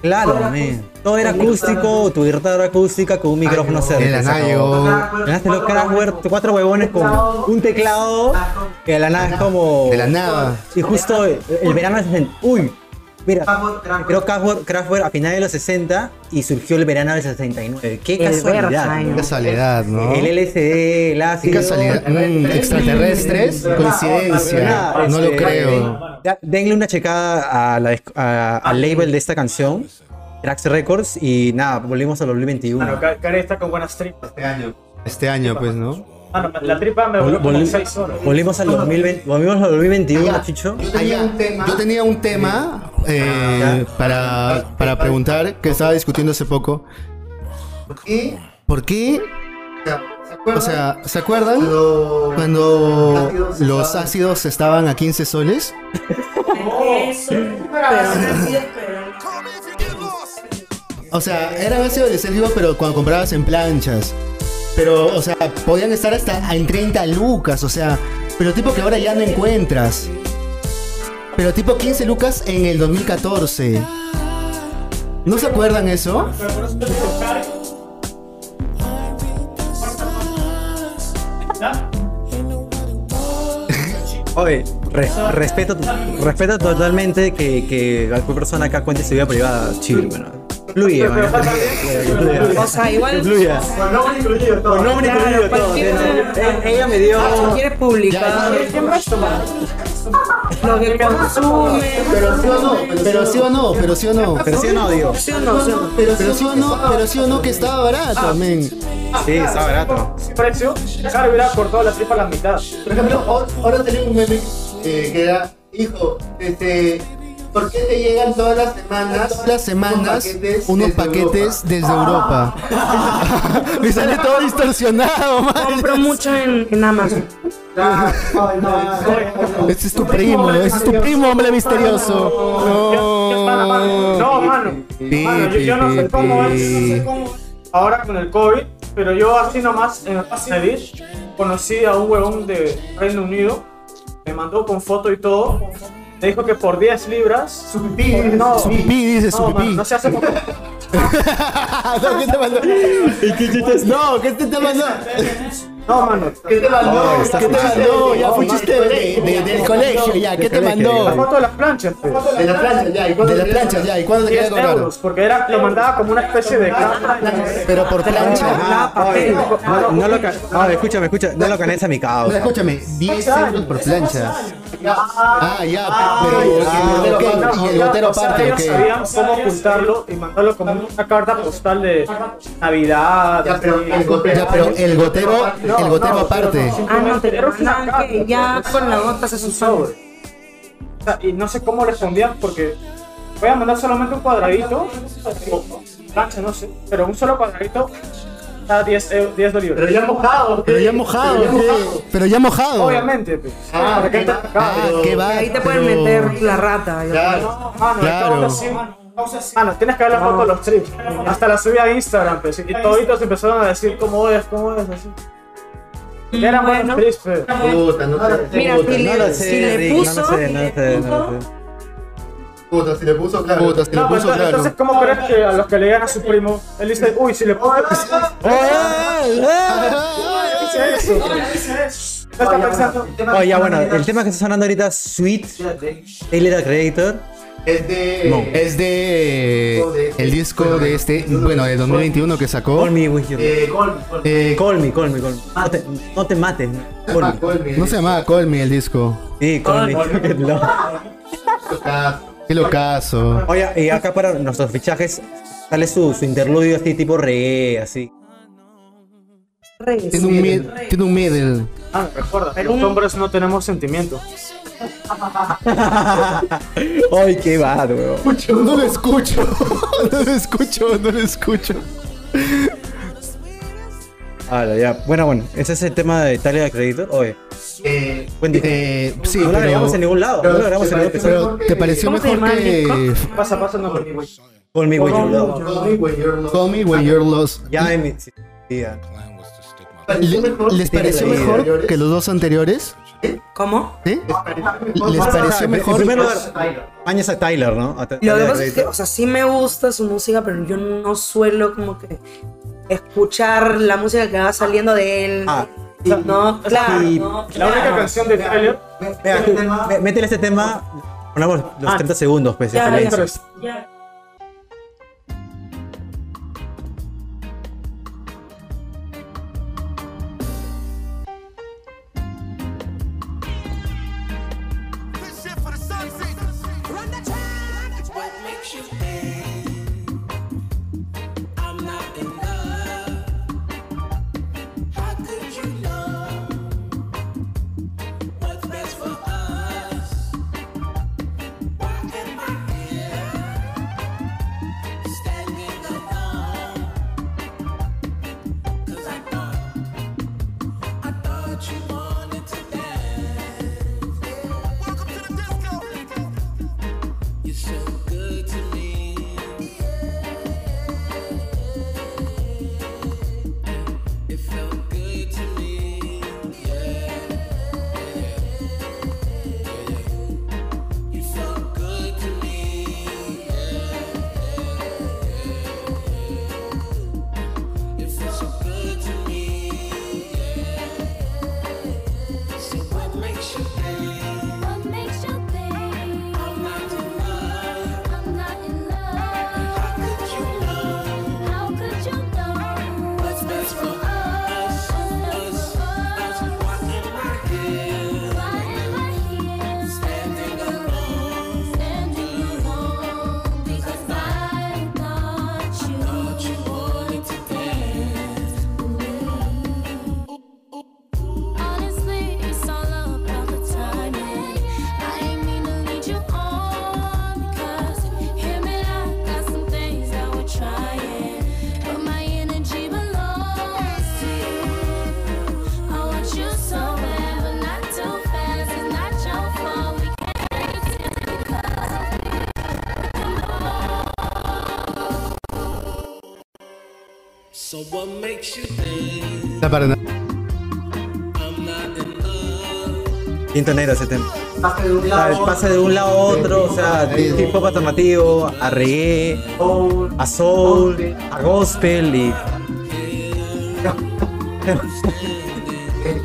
[SPEAKER 6] claro, man. todo era acústico, tu guitarra acústica con un micrófono cerca.
[SPEAKER 1] El
[SPEAKER 6] se acabó.
[SPEAKER 1] anayo.
[SPEAKER 6] De la nada los Kraftwerk, cuatro huevones con un teclado, que de la nada es como...
[SPEAKER 1] De la nada.
[SPEAKER 6] Y justo el, el verano del 60. Uy, mira, creo Kraftwerk, Kraftwerk a finales de los 60 y surgió el verano del 69. Qué
[SPEAKER 4] El
[SPEAKER 6] casualidad.
[SPEAKER 4] Berghain.
[SPEAKER 6] ¿no?
[SPEAKER 1] Qué casualidad, ¿no?
[SPEAKER 6] El LSD, el
[SPEAKER 1] Qué
[SPEAKER 6] ácido.
[SPEAKER 1] casualidad. Mm, extraterrestres, coincidencia. No lo
[SPEAKER 3] Este,
[SPEAKER 1] creo.
[SPEAKER 6] Ya, este, denle una checada a la disc- a- al label de esta canción, Trax Records, y nada, volvimos al 2021.
[SPEAKER 5] Mano, Ka- Karen está con buenas tripas.
[SPEAKER 1] Este año, pues, ¿no?
[SPEAKER 5] Mano, la tripa me
[SPEAKER 6] Vol-
[SPEAKER 5] voló como
[SPEAKER 6] vol-
[SPEAKER 5] 6 horas.
[SPEAKER 6] volvimos al 2020, volvimos al 2021, Chicho.
[SPEAKER 3] Yo
[SPEAKER 1] Ah,
[SPEAKER 3] tenía
[SPEAKER 1] ya.
[SPEAKER 3] un tema.
[SPEAKER 1] Yo tenía un tema eh, para, para preguntar que estaba discutiendo hace poco.
[SPEAKER 3] Y.
[SPEAKER 1] ¿Por qué?
[SPEAKER 3] ¿Se
[SPEAKER 1] O
[SPEAKER 3] acuerdan?
[SPEAKER 1] sea, ¿se acuerdan?
[SPEAKER 3] Cuando-
[SPEAKER 1] Cuando
[SPEAKER 3] Ácidos
[SPEAKER 1] los
[SPEAKER 3] estaban-
[SPEAKER 1] ácidos estaban a 15 soles.
[SPEAKER 4] Eso, pero aún así esperando.
[SPEAKER 1] O sea, eran ácidos de selva, pero cuando comprabas en planchas. Pero, o sea, podían estar hasta en 30 lucas, o sea, pero tipo que ahora ya no encuentras. Pero tipo 15 lucas en el 2014. ¿No se acuerdan eso?
[SPEAKER 6] Oye, re- respeto, respeto totalmente que, que cualquier persona acá cuente su vida privada, chill, bueno. Fluye, man. Fluye, fluye.
[SPEAKER 4] O sea, igual.
[SPEAKER 6] Fluye. Con nombre
[SPEAKER 4] Claro,
[SPEAKER 6] incluido todo.
[SPEAKER 4] cualquier- Ah,
[SPEAKER 6] Eh, Ella me dio.
[SPEAKER 4] Si quieres publicar lo que consume,
[SPEAKER 1] Pero sí o no, pero sí o no, pero sí o no.
[SPEAKER 6] Pero sí o no, digo.
[SPEAKER 4] sí o no, sí o no.
[SPEAKER 1] Pero sí o no, ah, pero sí o no que estaba barato, men.
[SPEAKER 6] Sí, está barato.
[SPEAKER 5] ¿Qué precio? Claro, hubiera cortado la tripa a la mitad.
[SPEAKER 3] Por ejemplo, ahora- ahora tenemos un meme eh, que era, hijo, este, ¿por qué te llegan todas las semanas?
[SPEAKER 1] Todas las semanas unos
[SPEAKER 3] desde
[SPEAKER 1] paquetes desde Europa. Me sale todo distorsionado, man.
[SPEAKER 4] Compro mucho en, en Amazon.
[SPEAKER 3] Europa? Ah,
[SPEAKER 1] Ese es tu primo, ese es tu primo, hombre misterioso.
[SPEAKER 5] Ya- ya está, mano. No, mano.
[SPEAKER 1] Pi,
[SPEAKER 5] Mano, yo, yo no
[SPEAKER 1] pi,
[SPEAKER 5] sé cómo
[SPEAKER 1] pi,
[SPEAKER 5] es, yo no
[SPEAKER 1] pi.
[SPEAKER 5] sé cómo. ahora con el COVID, pero yo así nomás en el Dish conocí a un huevón de Reino Unido, me mandó con foto y todo, me dijo que por 10 libras...
[SPEAKER 3] Subipí,
[SPEAKER 5] No,
[SPEAKER 1] Su pipí, dice su
[SPEAKER 5] no, mano,
[SPEAKER 1] pipí. Ah,
[SPEAKER 5] no se hace poco.
[SPEAKER 1] No, ¿qué te mandó? No, ¿qué te, te mandó?
[SPEAKER 5] No, mano.
[SPEAKER 3] ¿Qué te mandó?
[SPEAKER 6] está
[SPEAKER 3] ¿Qué te
[SPEAKER 6] mal.
[SPEAKER 3] mandó? Ya fue chiste
[SPEAKER 1] de, de- del colegio, ya. ¿Qué te
[SPEAKER 5] La
[SPEAKER 1] mandó?
[SPEAKER 5] foto de las planchas, pues.
[SPEAKER 3] De la plancha, ya. ¿y cuándo
[SPEAKER 1] De la
[SPEAKER 3] te
[SPEAKER 1] plancha, ya. ¿Y cuándo te
[SPEAKER 5] 10
[SPEAKER 1] quería cobrar?
[SPEAKER 5] euros, porque era, lo mandaba como una especie de caja.
[SPEAKER 1] Pero por plancha.
[SPEAKER 6] Ah, oye, no, no lo ca- oye, escúchame, escúchame, no lo canales a mi
[SPEAKER 1] No,
[SPEAKER 6] causa.
[SPEAKER 1] Ah, escúchame, 10 euros por plancha. Ah, ya,
[SPEAKER 5] Ah,
[SPEAKER 1] pero
[SPEAKER 5] ya,
[SPEAKER 1] ok,
[SPEAKER 5] no,
[SPEAKER 1] y el
[SPEAKER 5] ya,
[SPEAKER 3] Ah,
[SPEAKER 1] gotero
[SPEAKER 5] o sea,
[SPEAKER 1] aparte,
[SPEAKER 5] ellos
[SPEAKER 1] ok.
[SPEAKER 5] sabían cómo ocultarlo y mandarlo como una carta postal de Navidad.
[SPEAKER 3] Ya, pero
[SPEAKER 5] así.
[SPEAKER 3] el gotero-
[SPEAKER 1] Ya, pero el gotero,
[SPEAKER 5] No,
[SPEAKER 1] el gotero
[SPEAKER 5] no, pero
[SPEAKER 1] aparte.
[SPEAKER 5] no,
[SPEAKER 4] Ah, no, te
[SPEAKER 5] Era una
[SPEAKER 4] mandan que
[SPEAKER 5] carta,
[SPEAKER 4] ya
[SPEAKER 5] pues.
[SPEAKER 4] con la gota se
[SPEAKER 5] un
[SPEAKER 4] susó.
[SPEAKER 5] sobre. O sea, y no sé cómo respondían porque voy a mandar solamente un cuadradito, o plancha, no sé, pero un solo cuadradito eh, está 10, eu- 10
[SPEAKER 3] Pero
[SPEAKER 5] bolívares.
[SPEAKER 3] ya mojado.
[SPEAKER 1] Pero ya mojado,
[SPEAKER 3] Pero ya
[SPEAKER 1] ¿qué? pero ya mojado.
[SPEAKER 5] Obviamente, pues.
[SPEAKER 3] Ah,
[SPEAKER 5] ¿para qué
[SPEAKER 3] ok.
[SPEAKER 5] te-
[SPEAKER 3] Ah,
[SPEAKER 1] Ah,
[SPEAKER 3] pero-
[SPEAKER 1] qué va.
[SPEAKER 4] Ahí te pueden
[SPEAKER 1] pero-
[SPEAKER 4] meter la rata. yo creo.
[SPEAKER 3] Claro.
[SPEAKER 5] No, mano,
[SPEAKER 1] Claro.
[SPEAKER 5] claro. sí, mano. Mano, tienes que ver la foto de los trips. Hasta la subí a Instagram, pues, y toditos empezaron a decir cómo es, cómo es, así.
[SPEAKER 4] Mm,
[SPEAKER 5] Ya eran
[SPEAKER 4] bueno.
[SPEAKER 5] buenos trips, pero.
[SPEAKER 3] Puta, no te-
[SPEAKER 4] Mira,
[SPEAKER 3] puta,
[SPEAKER 4] si
[SPEAKER 6] No
[SPEAKER 4] le,
[SPEAKER 6] lo
[SPEAKER 4] si
[SPEAKER 6] sé,
[SPEAKER 4] le
[SPEAKER 6] Rick, no lo
[SPEAKER 4] puso,
[SPEAKER 6] sé,
[SPEAKER 4] si
[SPEAKER 6] no
[SPEAKER 4] le
[SPEAKER 6] lo sé, no lo sé.
[SPEAKER 4] puso,
[SPEAKER 3] Puta, si le puso, claro.
[SPEAKER 1] Puta, se le
[SPEAKER 5] No, pues,
[SPEAKER 1] puso
[SPEAKER 5] entonces,
[SPEAKER 1] claro.
[SPEAKER 5] entonces, ¿cómo crees que a los que le digan a su primo, él dice, uy, si le pongo. ¿Qué es eso? No está pensando.
[SPEAKER 6] Oye, Oh, ya, bueno, el tema que está sonando ahorita es Sweet, Taylor Creator.
[SPEAKER 3] Es de.
[SPEAKER 1] Es de el disco de este, bueno, de 2021 que sacó.
[SPEAKER 6] Call me with you.
[SPEAKER 3] de Gold- Gold-
[SPEAKER 1] Eh,
[SPEAKER 6] Call me, call me, call me. No te, no te mates. Call me.
[SPEAKER 3] Gold-
[SPEAKER 1] no se llamaba Call Me el disco.
[SPEAKER 6] Sí, call me. Qué loco.
[SPEAKER 3] Está-
[SPEAKER 1] Qué locazo.
[SPEAKER 6] Oye, y acá para nuestros fichajes sale su, su interludio así tipo reggae, así.
[SPEAKER 1] Tiene un mid, tiene un middle.
[SPEAKER 5] Ah, recuerda, los hombres no tenemos sentimientos.
[SPEAKER 6] Ay, qué bad, weón.
[SPEAKER 1] No lo escucho. No lo escucho, no lo escucho.
[SPEAKER 6] Ala, ya. Bueno, bueno, ese es el tema de Talia Creditor. Oye,
[SPEAKER 3] eh,
[SPEAKER 6] buen disco.
[SPEAKER 1] Eh, sí,
[SPEAKER 6] no lo
[SPEAKER 1] pero,
[SPEAKER 6] grabamos en ningún lado. No lo grabamos en ningún episodio.
[SPEAKER 1] pero ¿te pareció
[SPEAKER 4] ¿Cómo se
[SPEAKER 1] mejor
[SPEAKER 4] llama el
[SPEAKER 1] que
[SPEAKER 5] Pasa, pasa, no por mí, güey.
[SPEAKER 6] Call me with your love.
[SPEAKER 3] Call Me When You're Lost.
[SPEAKER 1] Call Me When You're Lost?
[SPEAKER 6] Ya en mi. sí, ya.
[SPEAKER 3] Ah,
[SPEAKER 1] Le- ¿Les pareció
[SPEAKER 6] Sí,
[SPEAKER 1] mejor que los dos anteriores?
[SPEAKER 4] ¿Cómo?
[SPEAKER 1] ¿Sí? ¿Les
[SPEAKER 6] O sea,
[SPEAKER 1] pareció
[SPEAKER 6] en-
[SPEAKER 1] mejor? Pues,
[SPEAKER 6] En primer lugar, bañas a Tyler, ¿no? A Ta-
[SPEAKER 4] Lo que
[SPEAKER 6] Tyler
[SPEAKER 4] pasa es que,
[SPEAKER 6] Creator.
[SPEAKER 4] o sea, sí me gusta su música, pero yo no suelo como que escuchar la música que va saliendo de él.
[SPEAKER 6] Ah.
[SPEAKER 4] No, claro,
[SPEAKER 6] y-
[SPEAKER 4] no,
[SPEAKER 5] La única
[SPEAKER 4] claro.
[SPEAKER 5] canción de Tyler.
[SPEAKER 6] Mira, tú, mé- métele este tema. Ponemos los
[SPEAKER 5] Ah.
[SPEAKER 6] 30 segundos, pues. de
[SPEAKER 4] Ya, ya,
[SPEAKER 6] silencio.
[SPEAKER 4] ya.
[SPEAKER 7] What's best for us? Why am I here?
[SPEAKER 1] Está para nada.
[SPEAKER 6] Bien tonero ese tema.
[SPEAKER 3] Pasa de un
[SPEAKER 6] O sea,
[SPEAKER 3] lado.
[SPEAKER 6] pasa de un lado a otro, o sea, de hip hop alternativo, a reggae,
[SPEAKER 1] Oh.
[SPEAKER 6] a soul, a gospel y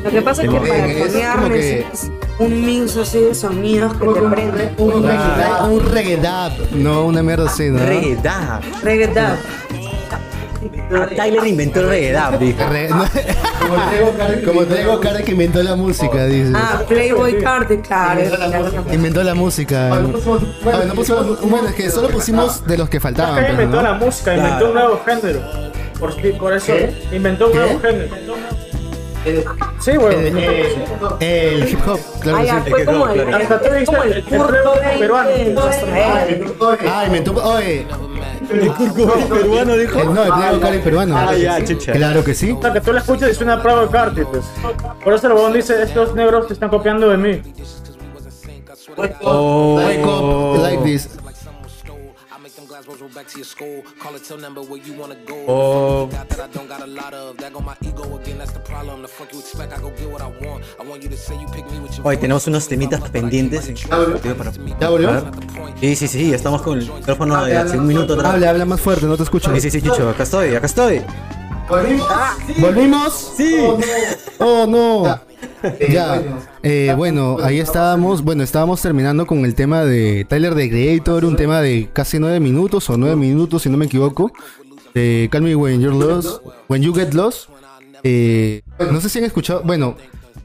[SPEAKER 4] Lo que pasa es que
[SPEAKER 1] Bien,
[SPEAKER 4] para
[SPEAKER 1] es como
[SPEAKER 4] poner
[SPEAKER 1] que-
[SPEAKER 4] es un mix así de sonidos que
[SPEAKER 3] Como
[SPEAKER 4] te
[SPEAKER 3] que un
[SPEAKER 4] prende.
[SPEAKER 3] re- un
[SPEAKER 1] Ah,
[SPEAKER 3] reggaetón.
[SPEAKER 1] un reggae dub, no una mierda así, ¿no?
[SPEAKER 6] reggae dub.
[SPEAKER 4] Reggae dub.
[SPEAKER 6] A Ah, Tyler inventó el reggae dub, dijo.
[SPEAKER 1] Re- no,
[SPEAKER 3] Como Tego Carter.
[SPEAKER 1] como Diego Cara que inventó la música, dice.
[SPEAKER 4] Ah, Playboy Carter, claro. claro, claro.
[SPEAKER 1] Inventó la música.
[SPEAKER 3] Bueno, no pusimos-
[SPEAKER 1] Ah, bueno, no pusimos- bueno, es que solo pusimos de los que faltaban.
[SPEAKER 5] Kanye
[SPEAKER 1] pues,
[SPEAKER 5] inventó
[SPEAKER 1] ¿no?
[SPEAKER 5] la música,
[SPEAKER 6] Claro.
[SPEAKER 5] inventó un nuevo género. Por, sí, por eso
[SPEAKER 3] ¿Qué?
[SPEAKER 5] inventó un
[SPEAKER 1] ¿Qué?
[SPEAKER 5] nuevo género.
[SPEAKER 3] Eh,
[SPEAKER 5] Sí, huevón.
[SPEAKER 1] Eh,
[SPEAKER 3] eh,
[SPEAKER 1] El hip hop, claro
[SPEAKER 4] Ah,
[SPEAKER 1] que
[SPEAKER 4] ya,
[SPEAKER 1] sí.
[SPEAKER 4] fue como el,
[SPEAKER 6] claro.
[SPEAKER 4] el- fue como el curto
[SPEAKER 5] Peruano.
[SPEAKER 4] de nuestra
[SPEAKER 3] ah,
[SPEAKER 4] era.
[SPEAKER 3] el grupo de-
[SPEAKER 1] Ah, inventó. Oye,
[SPEAKER 6] El curco peruano dijo.
[SPEAKER 1] eh, no, el Diego Cara es peruano.
[SPEAKER 6] Ah, ya, chicha.
[SPEAKER 1] Claro que sí.
[SPEAKER 5] O sea, que tú la escuchas y suena Prado Carti, pues. Por eso el huevón dice, estos negros se están copiando de mí.
[SPEAKER 6] Oh.
[SPEAKER 1] Like up, like this.
[SPEAKER 6] Oh. Hoy tenemos unos temitas pendientes.
[SPEAKER 1] ¿Ya volvió?
[SPEAKER 6] Sí, sí, sí, estamos con el micrófono de hace un minuto atrás.
[SPEAKER 1] Habla, habla más fuerte, no te escucho.
[SPEAKER 6] Sí, sí, sí, Chicho, acá estoy, acá estoy.
[SPEAKER 3] Volvimos.
[SPEAKER 1] Ah, ¿Volvimos?
[SPEAKER 6] Sí.
[SPEAKER 1] Oh, no.
[SPEAKER 3] Eh,
[SPEAKER 1] Ya,
[SPEAKER 3] bueno.
[SPEAKER 1] eh, bueno, ahí estábamos, bueno, estábamos terminando con el tema de Tyler The Creator, un tema de casi nueve minutos o nueve minutos, si no me equivoco, de Call Me When You're Lost, When You Get Lost. Eh, no sé si han escuchado, bueno,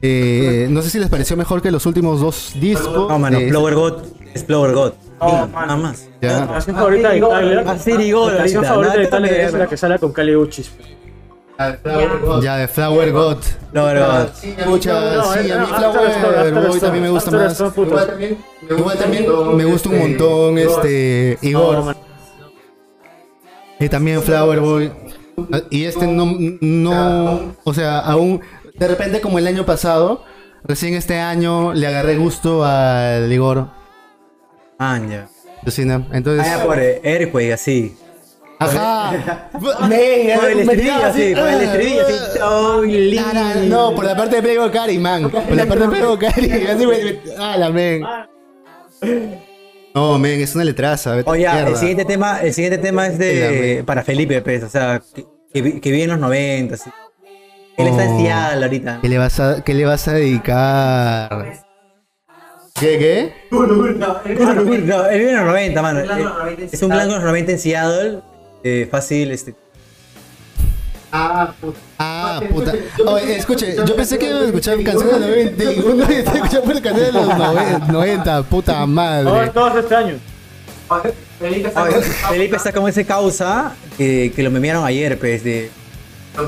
[SPEAKER 1] eh, no sé si les pareció mejor que los últimos dos discos. Eh,
[SPEAKER 6] No, mano,
[SPEAKER 1] de-
[SPEAKER 6] Flower God es Flower God.
[SPEAKER 5] No,
[SPEAKER 6] Diga,
[SPEAKER 5] mano.
[SPEAKER 6] Nada más.
[SPEAKER 5] La
[SPEAKER 1] ya.
[SPEAKER 5] canción favorita de Tyler.
[SPEAKER 6] Ah, sí, digo,
[SPEAKER 5] La canción
[SPEAKER 6] ahorita,
[SPEAKER 5] favorita
[SPEAKER 6] nada,
[SPEAKER 5] de
[SPEAKER 6] toque,
[SPEAKER 5] Tyler es la que sale con Cali Uchis.
[SPEAKER 3] Ah, Flower God.
[SPEAKER 1] Ya, de Flower God.
[SPEAKER 6] Flower God.
[SPEAKER 3] Sí, a mí
[SPEAKER 1] Escucha,
[SPEAKER 5] No,
[SPEAKER 1] sí,
[SPEAKER 5] eh,
[SPEAKER 1] a mí
[SPEAKER 5] no, After Storm,
[SPEAKER 1] Flower
[SPEAKER 5] After
[SPEAKER 1] God
[SPEAKER 5] Storm,
[SPEAKER 1] también me gusta
[SPEAKER 5] After
[SPEAKER 1] más.
[SPEAKER 5] Storm, puto.
[SPEAKER 3] Igual también me
[SPEAKER 1] Igual
[SPEAKER 3] gusta
[SPEAKER 1] también
[SPEAKER 3] un
[SPEAKER 1] me gusta un
[SPEAKER 3] este,
[SPEAKER 1] montón
[SPEAKER 3] Igor.
[SPEAKER 1] este
[SPEAKER 5] No,
[SPEAKER 1] Igor.
[SPEAKER 5] man.
[SPEAKER 1] Y también Flower Boy. Ah, Y este no, no, o sea, aún, de repente como el año pasado, recién este año le agarré gusto al Igor
[SPEAKER 6] Man, ya.
[SPEAKER 1] Lucina. Entonces,
[SPEAKER 6] Ah, ya, pobre, Earthquake, así.
[SPEAKER 1] ajá.
[SPEAKER 6] Por el
[SPEAKER 1] Me
[SPEAKER 6] estribillo,
[SPEAKER 1] tiraba así.
[SPEAKER 6] así, ah, por el estribillo, así. Oh,
[SPEAKER 1] Ah, na- No, por la parte de Playboy Cari, man. Por la parte de Playboy Cari. Así me- me- ala, men. No, men, es una letraza. vete a
[SPEAKER 6] Oye, el
[SPEAKER 1] mierda.
[SPEAKER 6] siguiente tema, el siguiente tema es de para Felipe Pérez, o sea, que, que vi- que vive en los 90. así. Él está en
[SPEAKER 1] Oh.
[SPEAKER 6] Seattle ahorita.
[SPEAKER 1] ¿Qué le vas a, qué le vas a dedicar? ¿Qué, qué?
[SPEAKER 6] No, él vive en los 90, mano. Eh, Es un blanco en los 90 en Seattle. eh, fácil, este.
[SPEAKER 3] Ah, puta.
[SPEAKER 1] Ah, puta. Oye, escuche, yo pensé que iba a escuchar canciones de los 90 y uno está escuchando puras canciones de los 90, 90, puta
[SPEAKER 5] Todos,
[SPEAKER 6] Oh,
[SPEAKER 1] madre.
[SPEAKER 5] todos este año.
[SPEAKER 3] Felipe
[SPEAKER 6] Ay,
[SPEAKER 3] Sánchez.
[SPEAKER 6] Felipe está como ese causa que, que lo memearon ayer, pues. De,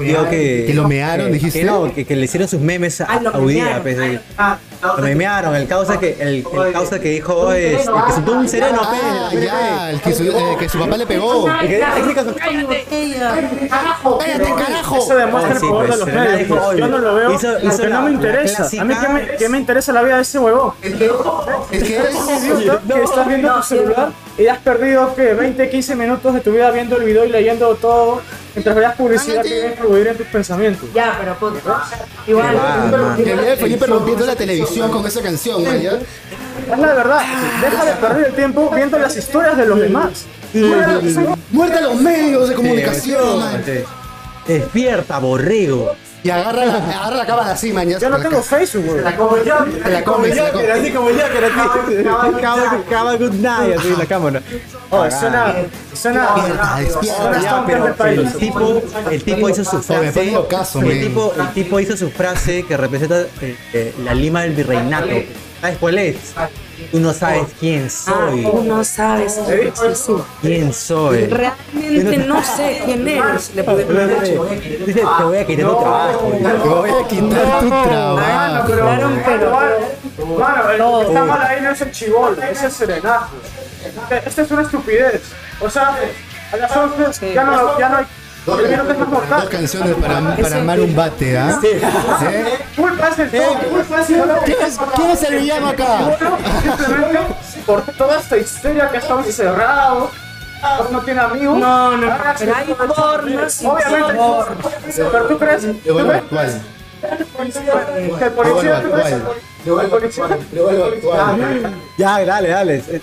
[SPEAKER 6] digo que,
[SPEAKER 1] ¿Que lo mearon,
[SPEAKER 6] que-
[SPEAKER 1] dijiste?
[SPEAKER 6] Que no, que, que le hicieron sus memes a,
[SPEAKER 4] Ah, lo
[SPEAKER 6] a Udía,
[SPEAKER 4] memearon.
[SPEAKER 6] pues. de-
[SPEAKER 3] Ah,
[SPEAKER 6] lo memearon, el causa que, el, el causa que dijo, oh, es, el que soltó un sereno, pues.
[SPEAKER 1] Ah,
[SPEAKER 6] pues,
[SPEAKER 1] ya, el que su, eh, que su papá le pegó.
[SPEAKER 6] pues. El que- el que-
[SPEAKER 1] ¡Cállate, carajo!
[SPEAKER 5] Eso demuestra
[SPEAKER 6] Ah,
[SPEAKER 5] el
[SPEAKER 6] sí,
[SPEAKER 5] poder
[SPEAKER 6] pues,
[SPEAKER 5] de los
[SPEAKER 6] Serena
[SPEAKER 5] medios.
[SPEAKER 6] dijo,
[SPEAKER 5] pues.
[SPEAKER 6] oye,
[SPEAKER 5] Yo no lo veo
[SPEAKER 6] hizo-
[SPEAKER 5] porque
[SPEAKER 6] hizo
[SPEAKER 5] no
[SPEAKER 6] la-
[SPEAKER 5] me
[SPEAKER 6] la
[SPEAKER 5] interesa. A mí
[SPEAKER 6] clásica
[SPEAKER 5] que me,
[SPEAKER 6] es-
[SPEAKER 5] qué me interesa la vida de ese huevón.
[SPEAKER 1] Es que es...
[SPEAKER 5] idiota que estás viendo tu celular y has perdido ¿qué? 20, 15 minutos de tu vida viendo el video y leyendo todo mientras veas publicidad que debe influir en tus pensamientos.
[SPEAKER 4] Ya, pero puta. Igual.
[SPEAKER 6] Qué va, man.
[SPEAKER 1] Que había Felipe rompiendo la televisión con esa canción, man, ¿ya?
[SPEAKER 5] Es la verdad, deja de perder el tiempo viendo las historias de los demás.
[SPEAKER 1] Muerta a los medios de comunicación, man.
[SPEAKER 6] Sí. Despierta, borrego.
[SPEAKER 1] Y agarra la, agarra la cámara así, man, ya.
[SPEAKER 5] Yo no tengo Facebook, huevón.
[SPEAKER 1] Te la comes, te la comes.
[SPEAKER 6] así como yo, pero así. Cava good night, así la cámara.
[SPEAKER 5] Oh, suena, suena,
[SPEAKER 1] Despierta, despierta.
[SPEAKER 6] Ya, pero el tipo, el tipo hizo su
[SPEAKER 1] me
[SPEAKER 6] frase.
[SPEAKER 1] pongo caso,
[SPEAKER 6] el,
[SPEAKER 1] men.
[SPEAKER 6] tipo, el tipo hizo su frase que representa eh, eh, la lima del virreinato. ¿Sabes cuál es? Tú no sabes quién
[SPEAKER 4] Ah,
[SPEAKER 6] soy.
[SPEAKER 4] tú no sabes. Sí, sí.
[SPEAKER 6] ¿Quién soy?
[SPEAKER 4] Realmente no sé quién eres. Le pude
[SPEAKER 6] Dice, te voy a quitar tu trabajo.
[SPEAKER 1] Te voy a quitar tu trabajo.
[SPEAKER 4] Claro, pero.
[SPEAKER 5] Bueno, el que está mal ahí no es el chivolo, es el serenato. Esta es una estupidez. O sea, a las 11 ya no, ya no hay. Yo creo que es más mortal.
[SPEAKER 1] Dos canciones para, para amar un bate, ¿ah? ¿Eh?
[SPEAKER 5] Culpa es del todo, culpa es del todo.
[SPEAKER 1] ¿Quién es, quién es el villano acá?
[SPEAKER 5] Simplemente por toda esta historia que estamos encerrados. no tiene amigos.
[SPEAKER 4] Ah. No, no,
[SPEAKER 5] Ah,
[SPEAKER 4] pero hay formas y
[SPEAKER 5] Obviamente,
[SPEAKER 4] formas.
[SPEAKER 5] pero tú crees,
[SPEAKER 3] Le
[SPEAKER 5] tú
[SPEAKER 3] vuelvo
[SPEAKER 5] crees
[SPEAKER 3] actual.
[SPEAKER 5] que el
[SPEAKER 3] Le vuelvo
[SPEAKER 5] policía, tú crees,
[SPEAKER 3] actual. Le vuelvo actual. Le vuelvo
[SPEAKER 5] Ah,
[SPEAKER 3] actual.
[SPEAKER 6] Ya, dale, dale. Es- es-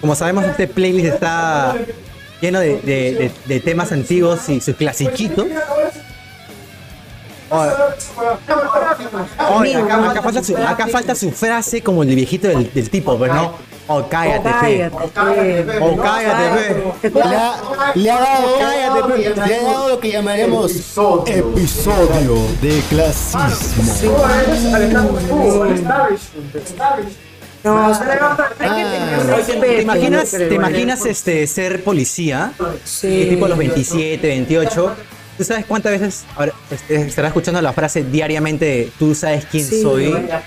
[SPEAKER 6] Como sabemos, este playlist está lleno de, de- de- de temas antiguos y sus clasiquitos. Oh, oh, acá, acá falta su, acá falta su frase como el viejito del, del tipo, pero no. Oh, cállate, fe.
[SPEAKER 4] Cállate, fe.
[SPEAKER 6] Oh, cállate, fe.
[SPEAKER 4] Te
[SPEAKER 1] Le
[SPEAKER 4] cuento
[SPEAKER 1] ha, le ha dado,
[SPEAKER 6] Cállate,
[SPEAKER 1] le ha dado lo que llamaremos
[SPEAKER 3] Episodio.
[SPEAKER 1] episodio de clasismo.
[SPEAKER 5] tú eres Alejandro, tú, el establishment, el establishment.
[SPEAKER 4] No,
[SPEAKER 6] Ah,
[SPEAKER 4] o sea, hay que tener
[SPEAKER 1] Ah.
[SPEAKER 4] respeto,
[SPEAKER 6] ¿Te imaginas,
[SPEAKER 4] yo creo,
[SPEAKER 6] te
[SPEAKER 4] ¿eh?
[SPEAKER 6] imaginas este, ser policía?
[SPEAKER 4] Sí.
[SPEAKER 6] Y tipo a los 27, 28. ¿Tú sabes cuántas veces ahora, este, estarás escuchando la frase diariamente de, tú sabes quién
[SPEAKER 4] Sí,
[SPEAKER 6] soy?
[SPEAKER 4] no voy
[SPEAKER 6] No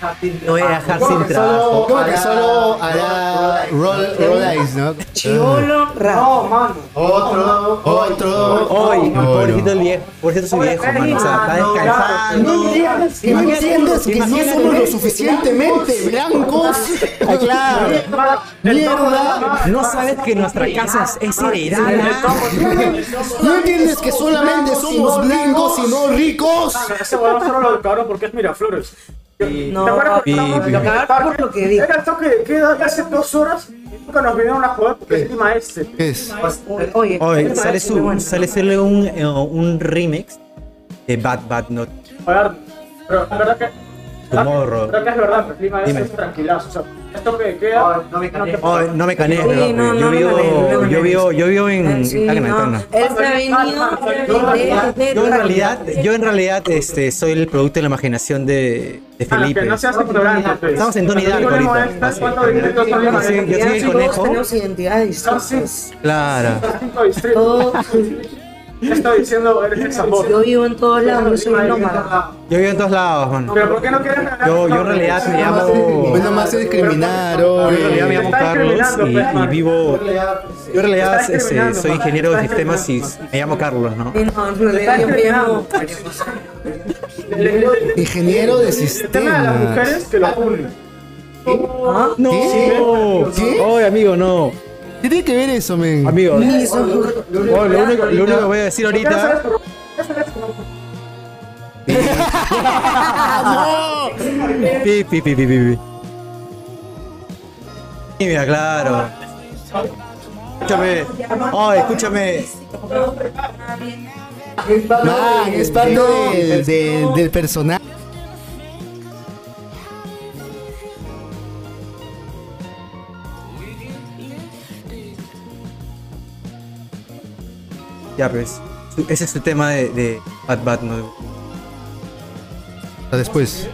[SPEAKER 6] voy a
[SPEAKER 4] Ah,
[SPEAKER 6] dejar sin trabajo.
[SPEAKER 1] Solo, creo que solo hará Roll, roll Eyes, ¿no?
[SPEAKER 6] Ah.
[SPEAKER 4] Chivolo rap.
[SPEAKER 5] No, mano.
[SPEAKER 3] Otro. Otro.
[SPEAKER 6] Hoy,
[SPEAKER 1] Bueno.
[SPEAKER 6] pobrecito el viejo, pobrecito su viejo, mano, o sea, está descansando.
[SPEAKER 1] Que no entiendes que no
[SPEAKER 6] Imagínate.
[SPEAKER 1] somos lo suficientemente blancos.
[SPEAKER 6] Ay, claro.
[SPEAKER 1] Mierda.
[SPEAKER 6] No sabes que nuestra casa es- es heredada.
[SPEAKER 1] No entiendes que solamente somos blancos y no ricos.
[SPEAKER 5] Ese huevón solo lo cabrón porque es Miraflores.
[SPEAKER 4] No,
[SPEAKER 5] ¿Te acuerdas
[SPEAKER 6] papi,
[SPEAKER 5] cuando estábamos
[SPEAKER 6] papi.
[SPEAKER 5] en el parque?
[SPEAKER 4] Por lo que dijo.
[SPEAKER 5] Era el toque de queda de hace dos horas y nunca nos vinieron a jugar porque
[SPEAKER 1] ¿Qué?
[SPEAKER 5] encima este.
[SPEAKER 1] ¿Qué es?
[SPEAKER 4] Oye,
[SPEAKER 6] Hoy
[SPEAKER 4] me
[SPEAKER 6] sale,
[SPEAKER 4] parece
[SPEAKER 6] su,
[SPEAKER 4] muy bueno.
[SPEAKER 6] sale hacerle un, eh, un remix de Bad Bad Not
[SPEAKER 5] pagar. Pero la verdad que.
[SPEAKER 6] Tomorrow.
[SPEAKER 5] Creo que es verdad, pero Lima
[SPEAKER 6] Dime.
[SPEAKER 5] es tranquilazo. O sea, el toque de queda. No me
[SPEAKER 6] Oh, no me canes,
[SPEAKER 4] Sí,
[SPEAKER 6] ¿verdad?
[SPEAKER 4] no,
[SPEAKER 6] yo,
[SPEAKER 4] no,
[SPEAKER 6] vivo,
[SPEAKER 4] no me canes, no me
[SPEAKER 6] yo, vivo,
[SPEAKER 4] canes.
[SPEAKER 6] yo vivo en
[SPEAKER 4] Sí,
[SPEAKER 6] Tacna,
[SPEAKER 4] no.
[SPEAKER 6] Tacna.
[SPEAKER 4] Él se ha venido de-
[SPEAKER 6] Yo en
[SPEAKER 4] de-
[SPEAKER 6] realidad, yo en realidad este, soy el producto de la imaginación de, de Felipe.
[SPEAKER 5] que no seas ignorante. pues.
[SPEAKER 6] Estamos en Tony Hidalgo
[SPEAKER 5] Yo le
[SPEAKER 6] ahorita,
[SPEAKER 5] molesta
[SPEAKER 6] así.
[SPEAKER 5] cuando distrito son
[SPEAKER 6] Yo
[SPEAKER 5] Lima,
[SPEAKER 6] soy-
[SPEAKER 5] eh,
[SPEAKER 6] yo soy el
[SPEAKER 4] Todos
[SPEAKER 6] conejo.
[SPEAKER 4] tenemos identidades
[SPEAKER 5] Son
[SPEAKER 4] distintas.
[SPEAKER 5] cinco
[SPEAKER 6] Claro.
[SPEAKER 5] cinco distritos.
[SPEAKER 4] Todos-
[SPEAKER 5] ¿Qué estoy diciendo? Eres el
[SPEAKER 4] Yo
[SPEAKER 5] sabor.
[SPEAKER 4] vivo en todos lados, yo soy nómada.
[SPEAKER 6] Yo vivo en todos lados, mano.
[SPEAKER 5] Pero ¿por qué no quieres ganar?
[SPEAKER 6] Yo, yo en realidad me llamo.
[SPEAKER 1] Bueno, Pues más se discriminaron.
[SPEAKER 6] Yo en realidad me llamo
[SPEAKER 5] Estás
[SPEAKER 6] Carlos
[SPEAKER 5] discriminando, pues,
[SPEAKER 6] y, y
[SPEAKER 5] mano.
[SPEAKER 6] vivo. Yo en realidad
[SPEAKER 5] Estás
[SPEAKER 6] este,
[SPEAKER 5] discriminando,
[SPEAKER 6] soy
[SPEAKER 5] mano.
[SPEAKER 6] ingeniero de
[SPEAKER 5] Estás
[SPEAKER 6] sistemas y y me llamo Carlos, ¿no?
[SPEAKER 4] Y No, en realidad yo me llamo.
[SPEAKER 5] El
[SPEAKER 1] eh, Ingeniero de
[SPEAKER 5] tema de las
[SPEAKER 1] sistemas.
[SPEAKER 5] mujeres que lo unen.
[SPEAKER 4] ¿Ah?
[SPEAKER 6] No,
[SPEAKER 1] ¿Qué?
[SPEAKER 6] Oye, amigo, no.
[SPEAKER 1] ¿Qué tiene que ver eso, men?
[SPEAKER 6] Amigo,
[SPEAKER 4] Ni son-
[SPEAKER 6] oh, lo, único, lo único que voy a decir ahorita. Pi, pi, pi, pi, pi, pi. Y mira, claro. Escúchame. Oh, escúchame.
[SPEAKER 1] Man, es parte del, del, del personaje.
[SPEAKER 6] Ya, pues. Ese es tu tema de, de Bad Bad, ¿no?
[SPEAKER 1] Hasta Después.